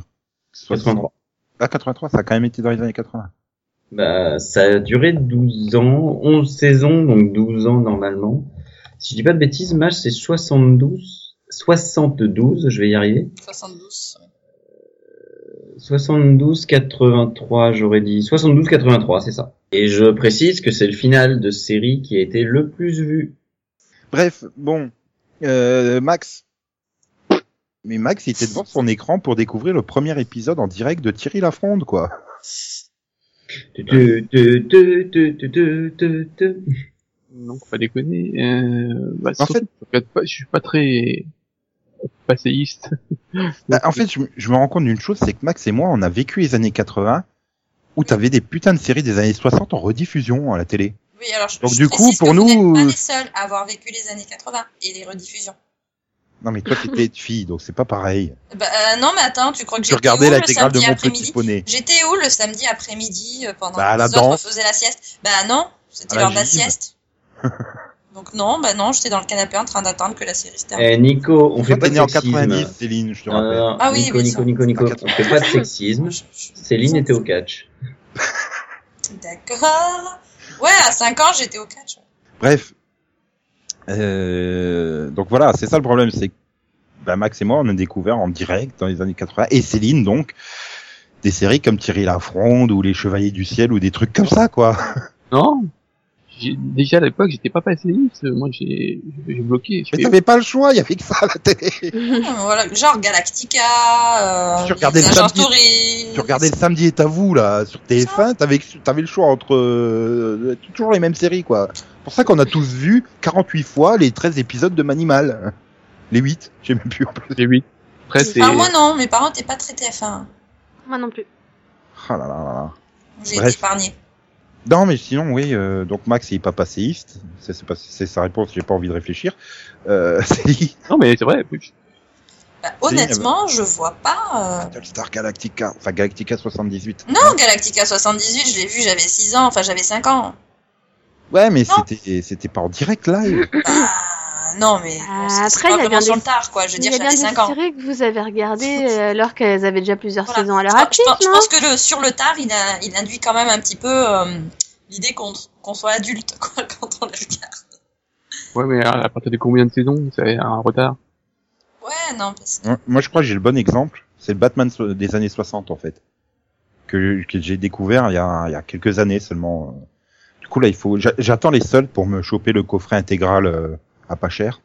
B: 83.
A: Ah, 83, ça a quand même été dans les années 80.
B: Bah, ça a duré 12 ans, 11 saisons, donc 12 ans normalement. Si je dis pas de bêtises, match c'est 72, 72, je vais y arriver.
D: 72. ouais.
B: 72, 83, j'aurais dit. 72, 83, c'est ça. Et je précise que c'est le final de série qui a été le plus vu.
A: Bref, bon, euh, Max. Mais Max, il était devant son écran pour découvrir le premier épisode en direct de Thierry Lafronde, quoi.
B: Tu, tu, tu, tu, tu, tu, tu, tu, tu.
E: Non, faut pas déconner. Euh, bah,
A: En
E: surtout, je regarde pas- je suis pas très passéiste.
A: Bah, en fait, je, me- je me rends compte d'une chose, c'est que Max et moi, on a vécu les années 80 où t'avais des putains de séries des années 60 en rediffusion à la télé.
D: Oui, alors je,
A: Donc,
D: je
A: du coup,
D: précise
A: pour
D: que
A: nous,
D: vous n'êtes
A: euh,
D: pas les seuls à avoir vécu les années 80 et les rediffusions.
A: Non, mais toi, t'étais fille, donc c'est pas pareil.
D: Bah, euh, non, mais attends, tu crois que
A: Tu
D: j'étais
A: regardais
D: où le
A: l'intégrale de
D: samedi
A: mon petit
D: après-midi
A: poney.
D: J'étais où le samedi après-midi euh, pendant
A: Bah, à
D: que
A: la
D: les autres
A: danse.
D: faisaient la sieste Bah non,
A: À
D: c'était
A: la
D: l'heure de la
A: gym.
D: sieste. Donc non, bah non, j'étais dans le canapé en train d'attendre que la série se termine.
B: Eh, Nico, on
A: Toi,
B: fait pas
A: t'es
B: de
A: né en
B: sexisme. Euh.
A: 90, Céline, je te
B: Non, non,
A: rappelle.
B: non.
D: Ah oui,
B: Nico,
D: oui,
B: Nico,
D: ça.
B: Nico, Nico,
A: Ah,
B: on fait pas de sexisme.
D: Je- je-
B: Eh, Céline était au catch.
D: D'accord. Ouais, à 5 ans, j'étais au catch. ouais.
A: Bref. Euh, donc voilà, c'est ça le problème, c'est que bah, Max et moi, on a découvert en direct dans les années 80, et Céline donc, des séries comme Thierry Lafronde ou Les Chevaliers du Ciel ou des trucs comme ça, quoi.
E: Non. J'ai- Déjà à l'époque, j'étais pas passéiste. Moi, j'ai j'ai bloqué. Je
A: Mais
E: fais,
A: t'avais pas le choix, il y avait que ça à la télé.
D: Euh, Voilà, genre Galactica, euh,
A: Tu regardais le
D: Agent
A: samedi.
D: Touriste.
A: Tu regardais le samedi est à vous, là, sur TF1, t'avais, t'avais le choix entre euh, toujours les mêmes séries, quoi. C'est pour ça qu'on a tous vu 48 fois les 13 épisodes de Manimal. Les 8, j'ai même plus en plus.
E: J'ai 8. Après, c'est.
D: Enfin, Ah, moi non, mes parents n'étaient pas très TF1.
C: Moi non plus.
A: Ah là là là là.
D: J'ai
A: Bref.
D: été épargnée.
A: Non, mais sinon, oui. euh, donc Max, il est pas passéiste. C'est c'est pas- c'est sa réponse. J'ai pas envie de réfléchir. Euh, Céline,
E: Non, mais c'est vrai. plus-
D: Bah, honnêtement, je vois pas. euh,
A: Battlestar Galactica, enfin Galactica 78.
D: Non, Galactica 78, je l'ai vu, j'avais 6 ans, enfin j'avais 5 ans.
A: Ouais, mais
D: Non.
A: c'était c'était pas en direct live.
D: Bah, non, mais
C: Ah,
D: bon, c'est- c'est
C: après,
D: pas
C: il y a
D: vraiment
C: bien
D: sur
C: des-
D: le tard, quoi. Je veux
C: Il y
D: dire,
C: a bien
D: j'avais
C: des
D: 5 ans.
C: séries que vous avez regardées euh, alors qu'elles avaient déjà plusieurs
D: Voilà.
C: saisons à leur
D: Je pense-
C: actif,
D: Je, pense- je
C: non
D: pense que le, sur le tard, il, a- il induit quand même un petit peu euh, l'idée qu'on qu'on soit adulte quoi, quand on le regarde.
E: Ouais, mais euh, à partir de combien de saisons C'est un retard.
D: Ouais, non, parce que
A: Ouais, Hein, Moi, je crois que j'ai le bon exemple. C'est le Batman so- des années 60 en fait que, que j'ai découvert il y a il y a quelques années seulement. Du coup, là, il faut. j'a- J'attends les soldes pour me choper le coffret intégral euh, à pas cher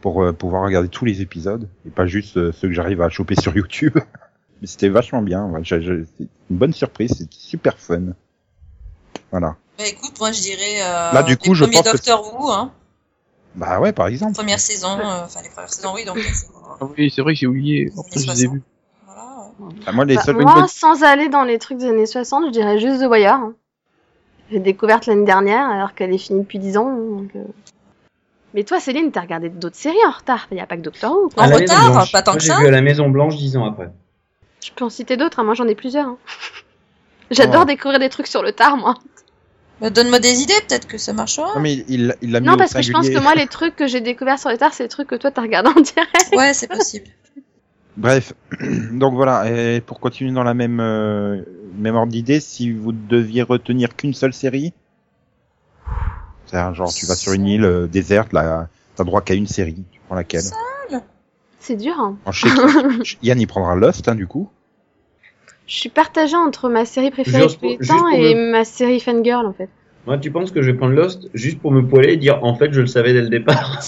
A: pour euh, pouvoir regarder tous les épisodes et pas juste euh, ceux que j'arrive à choper sur YouTube. Mais c'était vachement bien. ouais. J'ai- j'ai- c'est une bonne surprise. C'était super fun. Voilà.
D: bah, écoute, moi je dirais. Euh,
A: Là, du coup,
D: les
A: je
D: premiers
A: pense que-
D: Doctor Who, hein,
A: Bah ouais, par exemple.
D: première saison, euh, enfin les premières saisons, oui, donc. euh, c'est-
E: Ah oui, c'est vrai que j'ai oublié. En plus, je les ai vus.
D: Voilà, ouais.
A: Bah, moi, les
C: Bah,
A: seuls.
C: Moi, sans aller dans les trucs des années 60, je dirais juste The Wire. hein. J'ai découverte l'année dernière alors qu'elle est finie depuis 10 ans. hein, donc, euh. Mais toi, Céline, t'as regardé d'autres séries en retard. Il n'y a pas que Doctor Who. quoi.
D: En
B: À la
D: retard,
B: Maison Blanche.
D: pas tant
B: Moi,
D: que
B: j'ai
D: ça.
B: vu à la Maison Blanche dix ans après.
C: Je peux en citer d'autres, hein, moi j'en ai plusieurs. hein. J'adore
A: Ouais.
C: découvrir des trucs sur le tard, moi.
D: Bah, Donne-moi des idées, peut-être que ça marchera.
A: Non, mais il- il il l'a mis
C: Non,
A: au
C: parce que je pense
A: singulier.
C: que moi, les trucs que j'ai découverts sur le tard, c'est les trucs que toi t'as regardé en direct.
D: Ouais, c'est possible.
A: Bref, donc voilà, et pour continuer dans la même, euh, même ordre d'idée, si vous deviez retenir qu'une seule série, c'est un genre, tu vas sur une île euh, déserte, là, t'as droit qu'à une série, tu prends laquelle
D: Ça.
C: C'est dur. hein.
A: Alors, je sais que- Yann, il prendra Lost, hein, du coup.
C: Je suis partagée entre ma série préférée de
B: Juste
C: tous les
B: pour- juste
C: temps
B: pour
C: et ma série fangirl, en fait.
B: Moi, tu penses que je vais prendre Lost juste pour me poiler et dire en fait, je le savais dès le départ.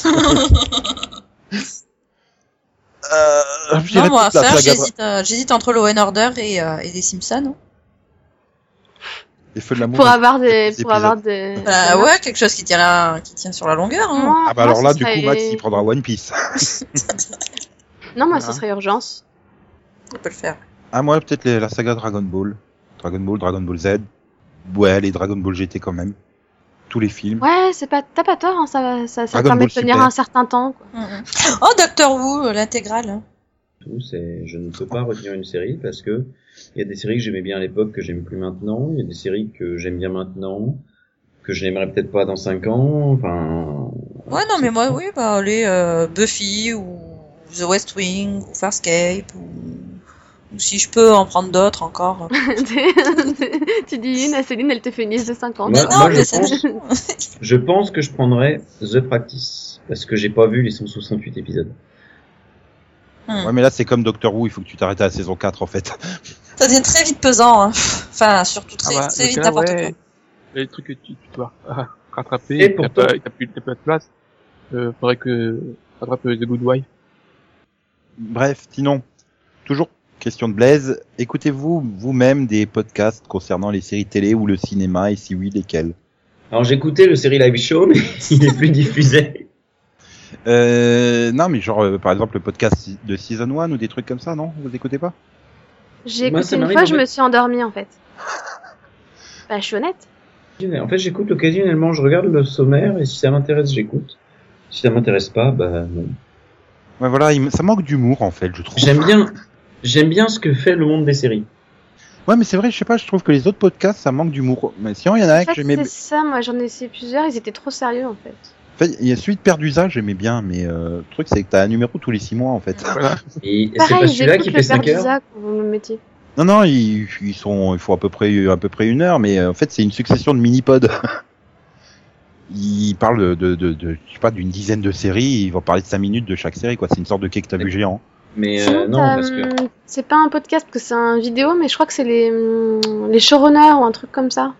A: Euh, je dirais
D: non, moi, à
A: toute la
D: faire,
A: saga Dra-
D: j'hésite euh, j'hésite entre Law and Order et, euh, et les Simpsons.
A: Les Feux de l'amour.
C: Pour avoir des,
A: des
C: pour avoir des.
D: Bah ouais, quelque chose qui tient, la- qui tient sur la longueur. Hein.
C: Moi-
A: Ah bah
C: moi,
A: alors
C: ce
A: là, du
C: serait-
A: coup, Max, il prendra One Piece.
C: Non, moi, ce
E: Voilà.
C: serait urgence.
D: On peut le faire.
A: Ah, moi, peut-être les- la saga Dragon Ball. Dragon Ball, Dragon Ball Z. Ouais, les Dragon Ball GT quand même. Tous les films.
C: Ouais, c'est pas, t'as pas tort, hein, ça, ça, ça
A: Dragon
C: permet
A: Ball
C: de tenir
A: Super.
C: un certain temps, quoi.
D: Mhm. Oh, Doctor Who, euh, l'intégrale.
B: Tout, c'est- je ne peux pas retenir une série parce que il y a des séries que j'aimais bien à l'époque que j'aime plus maintenant, il y a des séries que j'aime bien maintenant, que je n'aimerais peut-être pas dans 5 ans, enfin.
D: Ouais, non, mais moi, oui, bah, allez, euh, Buffy ou The West Wing ou Farscape ou, ou si je peux en prendre d'autres encore.
C: tu dis une à Céline, elle te fait une liste de 50.
B: Moi-
D: Mais non,
B: moi, je
D: mais ça
B: pense- Je pense que je prendrais The Practice parce que j'ai pas vu les 168 épisodes.
D: Hmm.
A: Ouais, mais là, c'est comme Doctor Who, il faut que tu t'arrêtes à la saison 4, en fait.
D: Ça devient très vite pesant, hein. enfin surtout très,
A: Ah
D: très
E: bah, dans ce
D: vite
E: cas-là,
D: n'importe
E: ouais, Les trucs que tu, tu dois ah, rattraper,
B: Et
E: t'as
B: pourtant-
E: pas- t'as plus, t'as pas de place, euh, faudrait que rattrape euh, The Good Wife.
A: Bref, sinon, toujours question de Blaise. Écoutez-vous vous-même des podcasts concernant les séries télé ou le cinéma et si oui, lesquels
B: Alors j'écoutais le série live show, mais il est plus diffusé.
A: euh, Non, mais genre, euh, par exemple, le podcast si- de Season 1 ou des trucs comme ça, non Vous écoutez pas
C: J'ai
B: Moi,
C: écouté
B: ça
C: une
B: m'arrive,
C: fois,
B: en
C: je
B: fait.
C: me suis endormie, en fait. Bah, je suis honnête.
B: En fait, j'écoute occasionnellement, je regarde le sommaire et si ça m'intéresse, j'écoute. Si ça m'intéresse pas, bah non.
A: Ouais, voilà, il me- ça manque d'humour, en fait, je trouve.
B: J'aime bien, j'aime bien ce que fait le monde des séries.
A: Ouais, mais c'est vrai, je sais pas, je trouve que les autres podcasts, ça manque d'humour. Mais sinon, il y en a
C: En
A: un que
C: fait,
A: j'aimais
C: c'est ça, moi, j'en ai essayé plusieurs, ils étaient trop sérieux, en fait.
A: En fait, il y a celui de Perdusa, j'aimais bien, mais euh, le truc, c'est que t'as un numéro tous les six mois, en fait.
E: Voilà.
B: Et, et c'est
C: Pareil,
B: pas celui-là
C: j'écoute
B: qui
C: le
B: fait 5 heures.
C: Perdusa quand vous me le mettez.
A: Non, non, ils, ils sont, ils font à peu près, à peu près une heure, mais euh, en fait, c'est une succession de mini-pods. Ils parlent de, de, de, de- je sais pas, d'une dizaine de séries, ils vont parler de cinq minutes de chaque série, quoi. C'est une sorte de cake tabu géant.
B: Mais
C: Sinon,
B: euh, non,
C: t'as,
B: parce que
C: hum, c'est pas un podcast parce que c'est un vidéo, mais je crois que c'est les, hum, les showrunners ou un truc comme ça.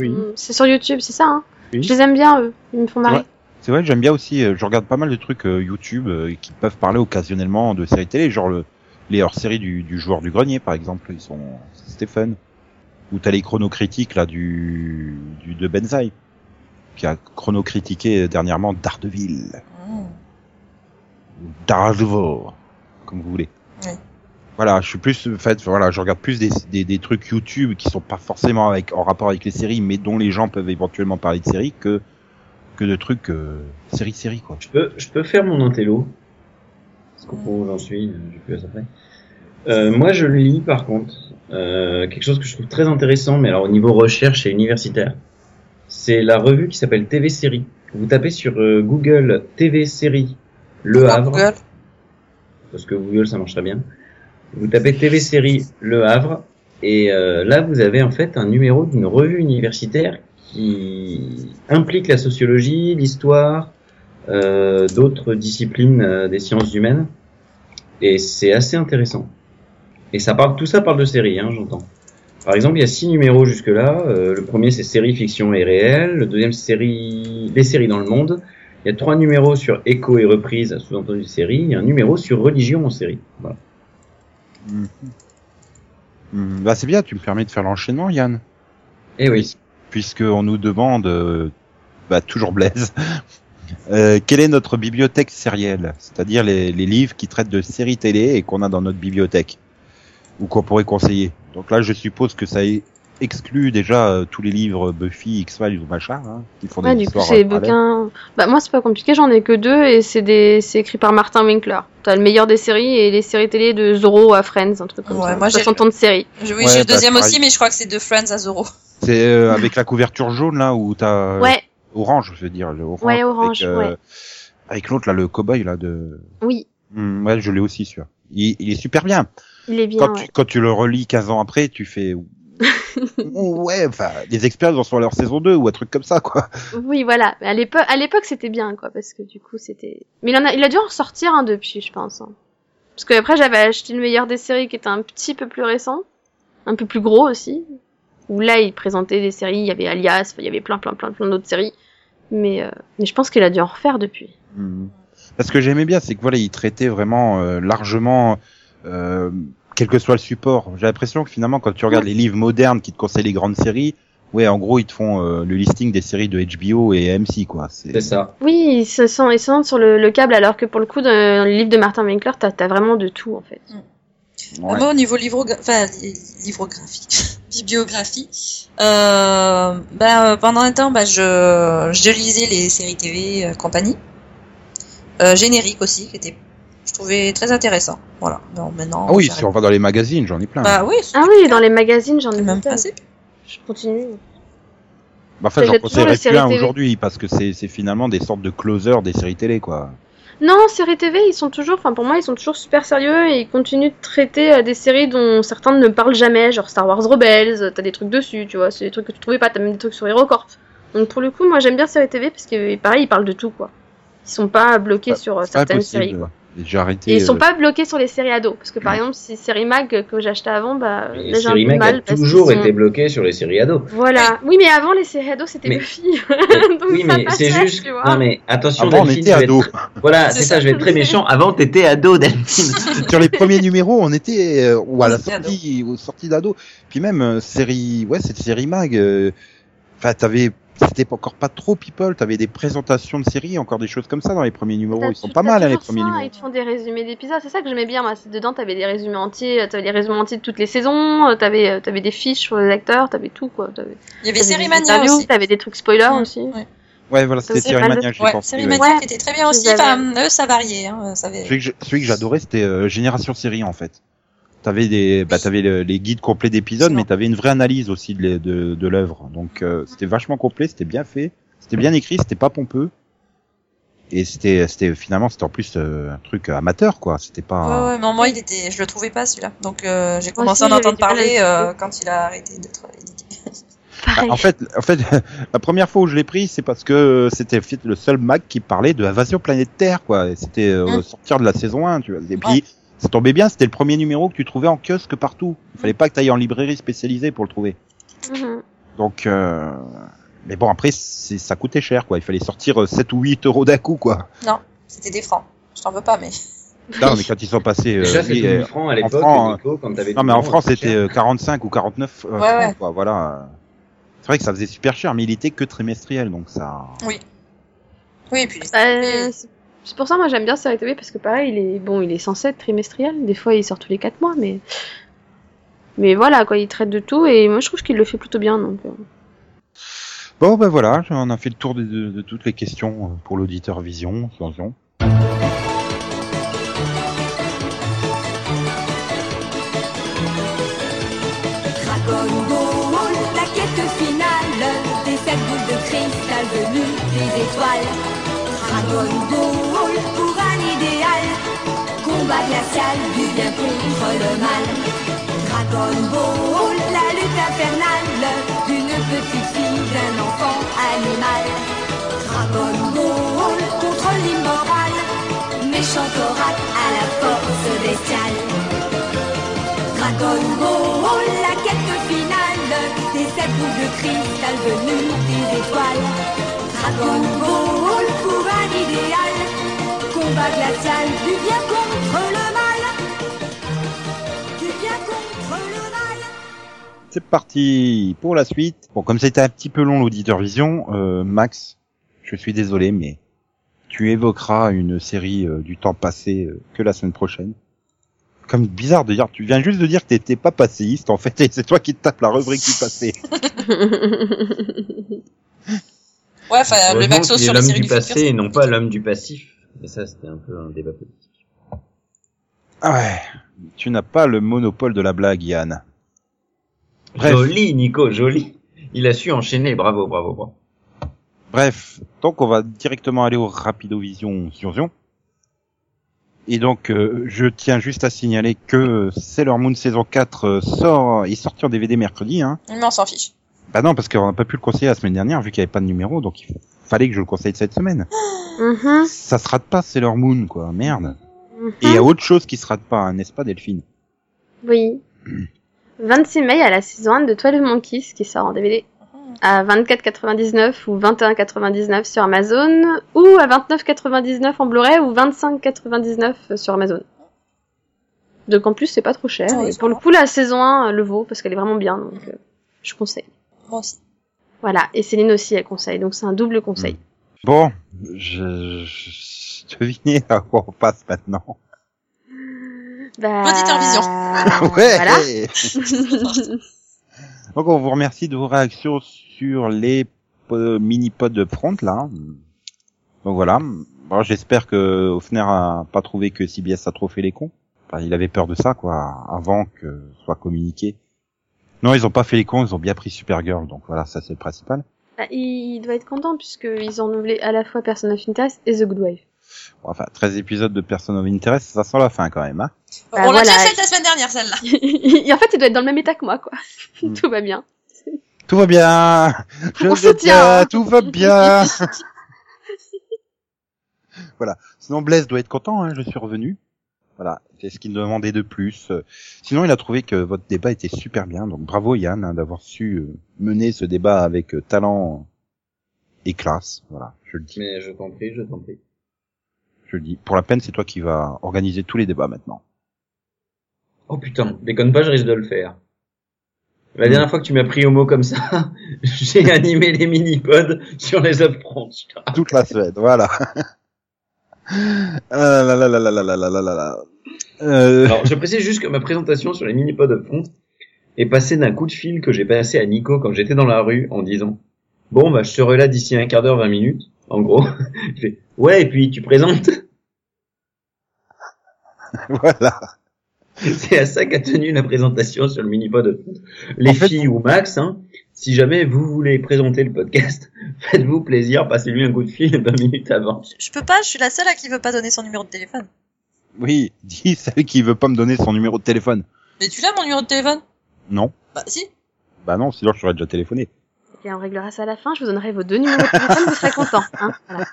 E: Oui.
C: Hum, C'est sur YouTube, c'est ça. Hein
E: Oui.
C: Je les aime bien, eux. Ils me font marrer.
A: Ouais. C'est vrai, que j'aime bien aussi, euh, je regarde pas mal de trucs euh, YouTube euh, qui peuvent parler occasionnellement de séries télé, genre le, les hors-séries du, du joueur du grenier, par exemple, ils sont, c'était fun. Ou t'as les chronocritiques, là, du, du, de Benzaï, qui a chronocritiqué euh, dernièrement Daredevil.
D: quoi. Hmm.
A: ou Daredevil, comme vous voulez.
D: Ouais.
A: Voilà, je suis plus, en fait, voilà, je regarde plus des, des, des trucs YouTube qui sont pas forcément avec, en rapport avec les séries, mais dont les gens peuvent éventuellement parler de séries que, que de trucs, euh, série, série, quoi.
B: je peux, je peux faire mon intello. Parce qu'au point où j'en suis, euh, j'ai plus à ça près. Euh, moi, je lis par contre euh, quelque chose que je trouve très intéressant, mais alors au niveau recherche et universitaire, c'est la revue qui s'appelle TV Série. Vous tapez sur euh, Google TV Série Le
D: Dans
B: Havre.
D: Google.
B: parce que Google ça marche très bien. Vous tapez TV série Le Havre et euh, là vous avez en fait un numéro d'une revue universitaire qui implique la sociologie, l'histoire, euh, d'autres disciplines euh, des sciences humaines et c'est assez intéressant. Et ça parle tout ça parle de séries, hein, j'entends. Par exemple, il y a six numéros jusque-là. Euh, le premier, c'est série fiction et réel. Le deuxième, série des séries dans le monde. Il y a trois numéros sur écho et reprise, sous-entendu série. Il y a un numéro sur religion en série. Voilà.
A: Mhm. Mhm. Bah, c'est bien, tu me permets de faire l'enchaînement, Yann.
B: Et Eh oui.
A: Puisque- Puisqu'on nous demande, euh, bah, toujours Blaise, euh, quelle est notre bibliothèque sérielle? C'est-à-dire les, les livres qui traitent de séries télé et qu'on a dans notre bibliothèque. Ou qu'on pourrait conseiller. Donc là, je suppose que ça est, exclut déjà euh, tous les livres Buffy, X-Files ou machin, hein, qui font des
C: Ouais, du coup,
A: histoires
C: c'est
A: euh, parallèles.
C: bouquin. Bah, moi, c'est pas compliqué, j'en ai que deux et c'est des... c'est écrit par Martin Winkler. T'as le meilleur des séries et les séries télé de Zorro à Friends, un truc comme
D: Ouais,
C: ça.
D: moi, j'ai-
C: 60 ans de série.
D: Je- oui,
A: Ouais,
D: j'ai le
A: bah,
D: deuxième
A: pareil.
D: aussi, mais je crois que c'est de Friends à Zoro.
A: C'est euh, avec la couverture jaune là où t'as euh,
C: Ouais,
A: orange, je veux dire, le orange.
C: Ouais, orange,
A: Avec, euh,
C: ouais.
A: avec l'autre là, le cowboy là de.
C: oui,
A: Hmm, ouais, je l'ai aussi sûr. Il, il est super bien.
C: il est bien,
A: quand,
C: ouais.
A: tu, quand tu le relis 15 ans après, tu fais ouais, enfin, les experts en sont à leur saison 2 ou un truc comme ça quoi.
C: Oui, voilà. Mais à l'époque, à l'époque, c'était bien, quoi, parce que du coup, c'était. Mais il en a, il a dû en ressortir un depuis, je pense. hein. Parce que après, j'avais acheté le meilleur des séries qui était un petit peu plus récent, un peu plus gros aussi. Où là, il présentait des séries, il y avait Alias, enfin, il y avait plein, plein, plein, plein d'autres séries. Mais, euh, mais je pense qu'il a dû en refaire depuis.
A: Hmm. Parce que j'aimais bien, c'est que voilà, ils traitaient vraiment euh, largement, euh, quel que soit le support. J'ai l'impression que finalement, quand tu regardes les livres modernes qui te conseillent les grandes séries, ouais, en gros, ils te font euh, le listing des séries de HBO et AMC quoi.
B: C'est ça.
C: Oui, ils se sont, ils se sentent sur le, le câble, alors que pour le coup, dans le livre de Martin Winkler, t'as, t'as vraiment de tout, en fait.
A: Ouais.
D: Moi, Ah bah, au niveau livrogra... enfin, li- livrographie, bibliographie, euh, bah, euh, pendant un temps, bah, je, je lisais les séries TV euh, compagnie, euh, génériques aussi, qui étaient, je trouvais très intéressant. Voilà. Bon, maintenant.
A: Ah oui,
D: j'arrête.
A: si on va dans les magazines, j'en ai plein.
D: Bah oui,
C: Ah oui, dans les magazines, j'en
D: c'est
C: ai
D: le même
C: plein.
D: principe.
C: Je continue.
A: Bah, enfin,
C: J'ai
A: j'en
C: toujours
A: conseillerais
C: les séries
A: plus un
C: télé.
A: aujourd'hui parce que c'est c'est finalement des sortes de closers des séries télé quoi.
C: Non, séries TV, ils sont toujours, enfin pour moi, ils sont toujours super sérieux et ils continuent de traiter euh, des séries dont certains ne parlent jamais, genre Star Wars Rebels, euh, t'as des trucs dessus, tu vois, c'est des trucs que tu trouvais pas, t'as même des trucs sur HeroCorp. Donc pour le coup, moi j'aime bien séries TV parce que pareil, ils parlent de tout quoi. Ils sont pas bloqués
A: Bah,
C: sur euh,
A: C'est pas
C: certaines
A: possible,
C: séries. quoi.
A: ouais. J'ai arrêté.
C: Et ils sont
A: euh,
C: pas bloqués sur les séries ados, parce que
B: Mm.
C: par exemple, ces séries mag euh, que j'achetais avant, bah
B: Et
C: là j'ai un peu
B: Série
C: de
B: Mag a
C: mal parce qu'ils
B: toujours
C: sont-
B: été bloqué sur les séries ados.
C: Voilà. Oui, mais avant les séries ados, c'était
B: Mais-
C: Buffy. Donc
B: oui,
C: ça
B: mais c'est
C: passait,
B: juste.
C: tu vois.
B: Non, mais attention,
A: Avant, on
B: Delphine,
A: était
B: je vais
A: ado.
B: être- Voilà,
D: C'est
B: c'est
D: ça.
B: ça, je vais être très méchant. Avant, t'étais ado, Delphine.
A: Sur les premiers numéros, on était euh, ou à la
D: On était
A: sortie, aux sorties d'ado. Puis même euh, série, ouais, cette série mag. euh, Enfin, t'avais, c'était pas- encore pas trop people. T'avais des présentations de séries, encore des choses comme ça dans les premiers numéros.
C: T'as
A: Ils sont
C: tu-
A: pas
C: t'as
A: mal hein, les
C: toujours
A: premiers
C: ça,
A: numéros.
C: Ils te font des résumés d'épisodes, c'est ça que j'aimais bien. Moi, c'est dedans, t'avais des résumés entiers, t'avais des résumés entiers de toutes les saisons, euh, t'avais euh, t'avais des fiches sur les acteurs, t'avais tout quoi. T'avais
D: Il y avait
C: t'avais
D: Série
C: des
D: Mania
C: interviews,
D: aussi.
C: T'avais des trucs spoilers
D: Mm.
C: aussi.
A: Ouais, voilà, c'était
C: c'est
A: série
C: pas le-
A: mania, j'ai
D: Ouais,
A: pensé,
D: Série
A: ouais.
D: Mania
C: Ouais.
D: qui était très bien
C: Je
D: aussi.
C: les
D: Enfin, eux, ça variait. Hein, ça variait.
A: Celui que je- celui que j'adorais, c'était euh, Génération Série en fait. T'avais des, bah t'avais le- les guides complets d'épisodes,
D: Excellent.
A: mais t'avais une vraie analyse aussi de, les- de, de l'œuvre. Donc euh, c'était vachement complet, c'était bien fait, c'était bien écrit, c'était pas pompeux. Et c'était, c'était finalement, c'était en plus euh, un truc amateur quoi. C'était
D: Ouais,
A: pas.
D: ouais, non, moi, il était, je le trouvais pas celui-là. Donc, euh, j'ai
C: Moi
D: commencé à
C: aussi,
D: en entendre
C: j'avais du
D: parler
C: mal à le
D: euh, quand il a arrêté d'être édité.
C: Pareil.
A: Ah, En fait, en fait, la première fois où je l'ai pris, c'est parce que euh, c'était le seul Mac qui parlait de Invasion Planète Terre quoi. Et c'était euh,
D: Hum.
A: au sortir de la saison 1, tu vois. Et puis
D: Ouais.
A: ça tombait bien, c'était le premier numéro que tu trouvais en kiosque partout. Il
D: Hein
A: fallait pas que t'ailles en librairie spécialisée pour le trouver.
C: Mhm.
A: Donc, euh... mais bon, après, c'est- ça coûtait cher, quoi. Il fallait sortir euh, 7 ou 8 euros d'un coup, quoi.
D: C'était des francs. Je t'en veux pas, mais.
A: Non, mais quand ils sont passés, euh,
B: Déjà, c'est
A: oui,
B: tout
A: euh,
B: le franc à l'époque,
A: franc,
B: Nico, quand t'avais
A: non,
B: tout
A: mais en
B: franc,
A: France,
B: c'était
A: c'était
B: cher.
A: euh, 45 ou 49 euh,
D: Ouais,
A: francs,
D: ouais.
A: quoi. Voilà. C'est vrai que ça faisait super cher, mais il était que trimestriel, donc ça.
D: Oui, et puis. les-
C: Euh, c'est- c'est pour ça, moi, j'aime bien série TV parce que pareil, il est bon, il est censé être trimestriel. Des fois, il sort tous les 4 mois, mais mais voilà, quoi, il traite de tout et moi, je trouve qu'il le fait plutôt bien. Donc, euh,
A: Bon, ben voilà, on a fait le tour de, de- de toutes les questions euh, pour l'auditeur Vision. attention.
G: Dragon Ball, la quête finale des sept boules de cristal venues des étoiles. Dragon Ball pour un idéal, combat glacial du bien contre le mal. Dragon Ball, la lutte infernale d'une petite fille, d'un enfant animal. Dragon Ball contre l'immoral, méchant oracle à la force bestiale. Dragon Ball, oh, la quête finale des sept boules de cristal venues des étoiles. Dragon Ball pour un idéal, combat glacial du bien contre le mal. Du bien contre le mal.
A: C'est parti pour la suite. Bon, comme c'était un petit peu long l'auditeur vision, euh, Max, je suis désolé, mais tu évoqueras une série euh, du temps passé euh, que la semaine prochaine. comme bizarre de dire, tu viens juste de dire que t'étais pas passéiste en fait, et c'est toi qui te tapes la rubrique du passé.
C: Mhm.
D: Ouais, enfin, le
B: Heureusement
D: maxo
B: qu'il est
D: sur les
B: l'homme
D: séries
B: du
D: du futur,
B: passé
D: c'est
B: et non pas l'homme du passif. Et ça, c'était un peu un débat politique.
A: Ah ouais, tu n'as pas le monopole de la blague, Yann. Bref.
B: Joli, Nico, joli. Il a su enchaîner, bravo, bravo, bravo.
A: Bref, donc on va directement aller au Rapido Vision Zion Zion. Et donc, euh, je tiens juste à signaler que Sailor Moon saison 4 euh, sort, est sorti en DVD mercredi. Hein.
D: Mais on s'en fiche.
A: Bah non, parce qu'on n'a pas pu le conseiller la semaine dernière vu qu'il n'y avait pas de numéro, donc il fallait que je le conseille cette semaine.
C: Mhm,
A: Ça se rate pas Sailor Moon, quoi, merde.
C: mhm.
A: Et il y a autre chose qui se rate pas, hein, n'est-ce pas Delphine
C: Oui. 26 mai, à la saison 1 de Twelve Monkeys qui sort en DVD à 24,99 ou 21,99 sur Amazon ou à 29,99 en Blu-ray ou 25,99 sur Amazon. Donc en plus, c'est pas trop cher.
D: Ah oui,
C: et
D: ça
C: pour le
D: va.
C: coup, la saison 1 le vaut parce qu'elle est vraiment bien, donc euh, je conseille.
D: Moi aussi.
C: Voilà, et Céline aussi, elle conseille, donc c'est un double conseil.
D: Hmm.
A: Bon, je, je, je devinais à quoi on passe maintenant.
C: Bah...
D: Auditeur vision.
A: ouais
C: Ah
A: Donc
C: Voilà.
A: on vous remercie de vos réactions sur les euh, mini-pods de front là. Donc voilà. Bon, j'espère que Hofner a pas trouvé que CBS a trop fait les cons. Enfin, il avait peur de ça quoi, avant que soit communiqué. Non, ils ont pas fait les cons, ils ont bien pris Supergirl, donc voilà, ça c'est le principal.
C: Bah, il doit être content puisqu'ils ont renouvelé à la fois Person of Interest et The Good Wife.
A: Bon, enfin, 13 épisodes de Person of Interest, ça sent la fin quand même. Hein
C: Bah,
D: on
C: voilà.
D: l'a déjà faite la semaine dernière, celle-là.
C: Et en fait, il doit être dans le même état que moi, quoi.
A: Mm.
B: Hmm.
C: Tout va bien.
A: tout va bien Je
C: On
A: vais
C: se tient,
A: bien,
C: hein.
A: Tout va bien Voilà. Sinon, Blaise doit être content, hein, je suis revenu. Voilà, c'est ce qu'il me demandait de plus. Euh, Sinon, il a trouvé que votre débat était super bien. Donc, bravo Yann hein, d'avoir su euh, mener ce débat avec euh, talent et classe. Voilà, je le dis.
B: Mais je t'en prie, je t'en prie.
A: Je le dis. Pour la peine, c'est toi qui vas organiser tous les débats maintenant.
B: Oh putain, déconne pas, je risque de le faire. La dernière fois que tu m'as pris au mot comme ça, j'ai animé les mini-pods sur les upfronts. putain.
A: toute la Suède, voilà. Ah là là là là là là là là là là. Euh,
B: Alors, je précise juste que ma présentation sur les mini-pods upfront est passée d'un coup de fil que j'ai passé à Nico quand j'étais dans la rue en disant Bon, bah, je serai là d'ici un quart d'heure, 20 minutes, en gros. Il fait, ouais, et puis tu présentes.
A: voilà.
B: C'est à ça qu'a tenu la présentation sur le mini-pod upfront. Les
A: En fait-
B: filles ou Max, hein, si jamais vous voulez présenter le podcast, faites-vous plaisir, passez-lui un coup de fil 20 minutes avant.
D: Je peux pas, je suis la seule à qui veut pas donner son numéro de téléphone.
A: Oui, dis celle qui veut pas me donner son numéro de téléphone.
D: Mais tu l'as, mon numéro de téléphone
A: Non.
D: Bah, si.
A: Bah non, sinon je t'aurais déjà téléphoné.
C: Et on réglera ça à la fin. Je vous donnerai vos deux numéros de téléphone, vous serez contents. Hein voilà.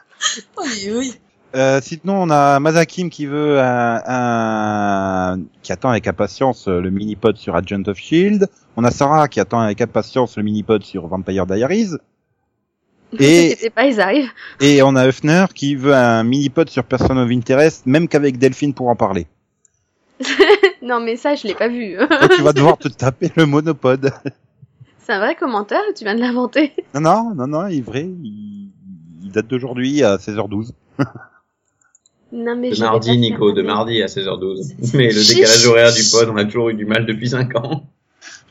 D: Oui, oui.
A: Euh, sinon, on a Mazakim qui veut un, un- qui attend avec impatience euh, le mini-pod sur Agent of Shield. E On a Sarah qui attend avec impatience le mini-pod sur Vampire Diaries.
C: Ne vous
A: Et-
C: inquiétez pas, ils arrivent.
A: Et on a Hefner qui veut un mini-pod sur Person of Interest, même qu'avec Delphine pour en parler.
C: Non, mais ça, je l'ai pas vu.
A: Toi, tu vas devoir te taper le monopode.
C: C'est un vrai commentaire ou tu viens de l'inventer
A: Non, non, non, non, il est vrai. Il, il date d'aujourd'hui à 16h12.
C: Non, mais
B: De
C: je l'ai
B: mardi,
C: pas
B: Nico, de
C: regardé.
B: mardi à 16h12. Mais le
D: J'ai-
B: décalage horaire du pod, on a toujours eu du mal depuis 5 ans.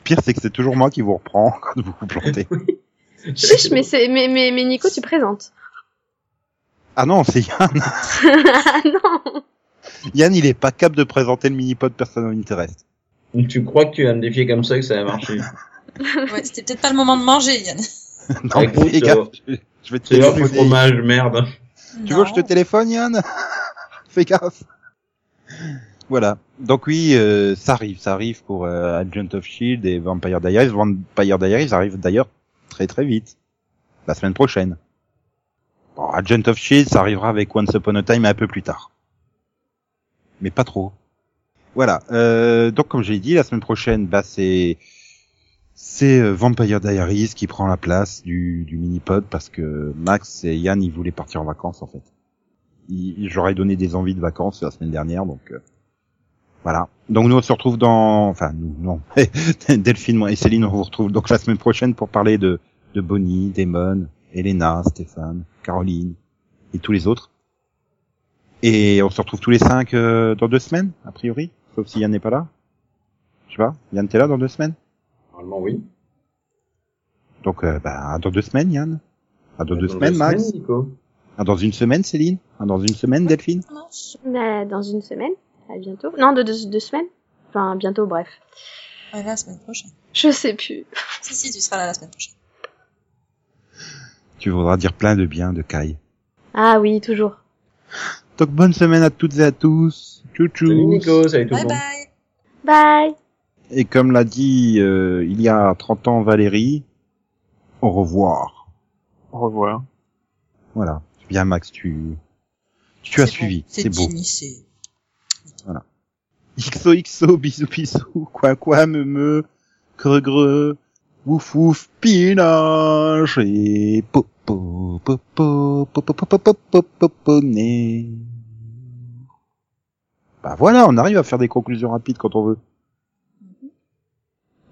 A: Pire, c'est que c'est toujours moi qui vous reprends quand vous vous plantez.
C: Chiche, mais, c'est- mais, mais, mais Nico, tu présentes.
A: Ah non, c'est
C: ah non
A: Yann, il est pas capable de présenter le mini-pod Person of Interest.
B: Donc, Tu crois que tu vas me défier comme ça que ça va marcher
D: Ouais, c'était peut-être pas le moment de manger, Yann.
A: Non,
B: écoute,
A: fais gaffe, je
B: euh,
A: je vais te
B: C'est l'heure du
A: téléphoner.
B: fromage, merde.
A: Tu veux que je te téléphone, Yann Fais gaffe. Voilà. Donc oui, euh, ça arrive, ça arrive pour euh, Agent of Shield et Vampire Diaries. Vampire Diaries arrive d'ailleurs très très vite, la semaine prochaine. Bon, Agent of Shield, E ça arrivera avec Once Upon a Time un peu plus tard, mais pas trop. Voilà. Euh, donc comme j'ai dit, la semaine prochaine, bah c'est c'est euh, Vampire Diaries qui prend la place du, du mini-pod parce que Max et Yann, ils voulaient partir en vacances en fait. Ils- J'aurais donné des envies de vacances la semaine dernière, donc euh, voilà. Donc nous on se retrouve dans, enfin nous non, Delphine moi et Céline on vous retrouve donc la semaine prochaine pour parler de de Bonnie, Damon, Elena, Stéphane, Caroline et tous les autres. Et on se retrouve tous les cinq euh, dans deux semaines a priori. Sauf si Yann n'est pas là. Je sais pas. Yann, t'es là dans deux semaines
B: Normalement, oui.
A: Donc, euh, bah, à dans deux semaines, Yann. À dans deux
B: Dans
A: semaines, Max.
B: bah, Nico.
A: À dans une semaine, Céline. À dans une semaine, Delphine.
D: Ça marche.
C: Bah, dans une semaine. À bientôt. Non, de deux, deux semaines. Enfin, bientôt, bref.
D: Ouais, là, la semaine prochaine.
C: Je sais plus.
D: Si, si, tu seras là la semaine prochaine.
A: Tu voudras dire plein de bien de Kai.
C: Ah oui, toujours.
A: Donc, bonne semaine à toutes et à tous. Tchou tchou.
B: Salut Nico, salut tout le
D: Bye
B: monde.
D: bye.
C: Bye.
A: Et comme l'a dit euh, il y a 30 ans Valérie, au revoir.
E: Au revoir.
A: Voilà. C'est Bien Max, tu tu as
D: C'est bon,
A: suivi, c'est beau.
D: fini, c'est-
A: XOXO, bisous bisous, quoi quoi, me me, creux creux, ouf ouf, pinage et popo popo popo popo popo poponné. Bah voilà, on arrive à faire des conclusions rapides quand on veut.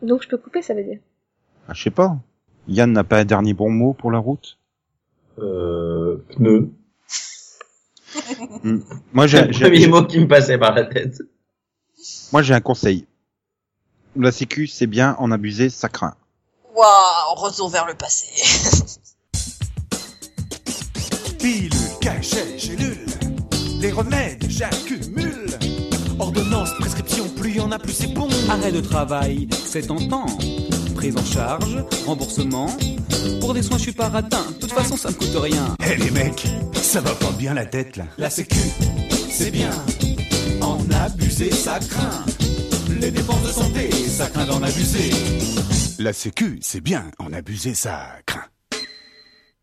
C: Donc je peux couper, ça veut dire.
A: Ah, je sais pas. Yann n'a pas un dernier bon mot pour la route.
B: Euh, pneu.
A: Moi
B: C'est
A: j'ai
B: le
A: j'ai-
B: premier
A: j'ai-
B: mot qui me passait par la tête.
A: moi j'ai un conseil. La sécu c'est bien, en abuser ça craint.
D: Waouh, retour vers le passé.
H: Pilule, cachet, gélule, les remèdes j'accumule. Ordonnance, prescription, plus y en a, plus c'est bon.
I: Arrêt de travail, c'est tentant. Prise en charge, remboursement. Pour des soins, je suis pas radin. De toute façon, ça me coûte rien.
H: Eh les mecs, ça va pas bien la tête là. La sécu, c'est bien. En abuser, ça craint. Les dépenses de santé, ça craint d'en abuser. La sécu, c'est bien. En abuser, ça craint.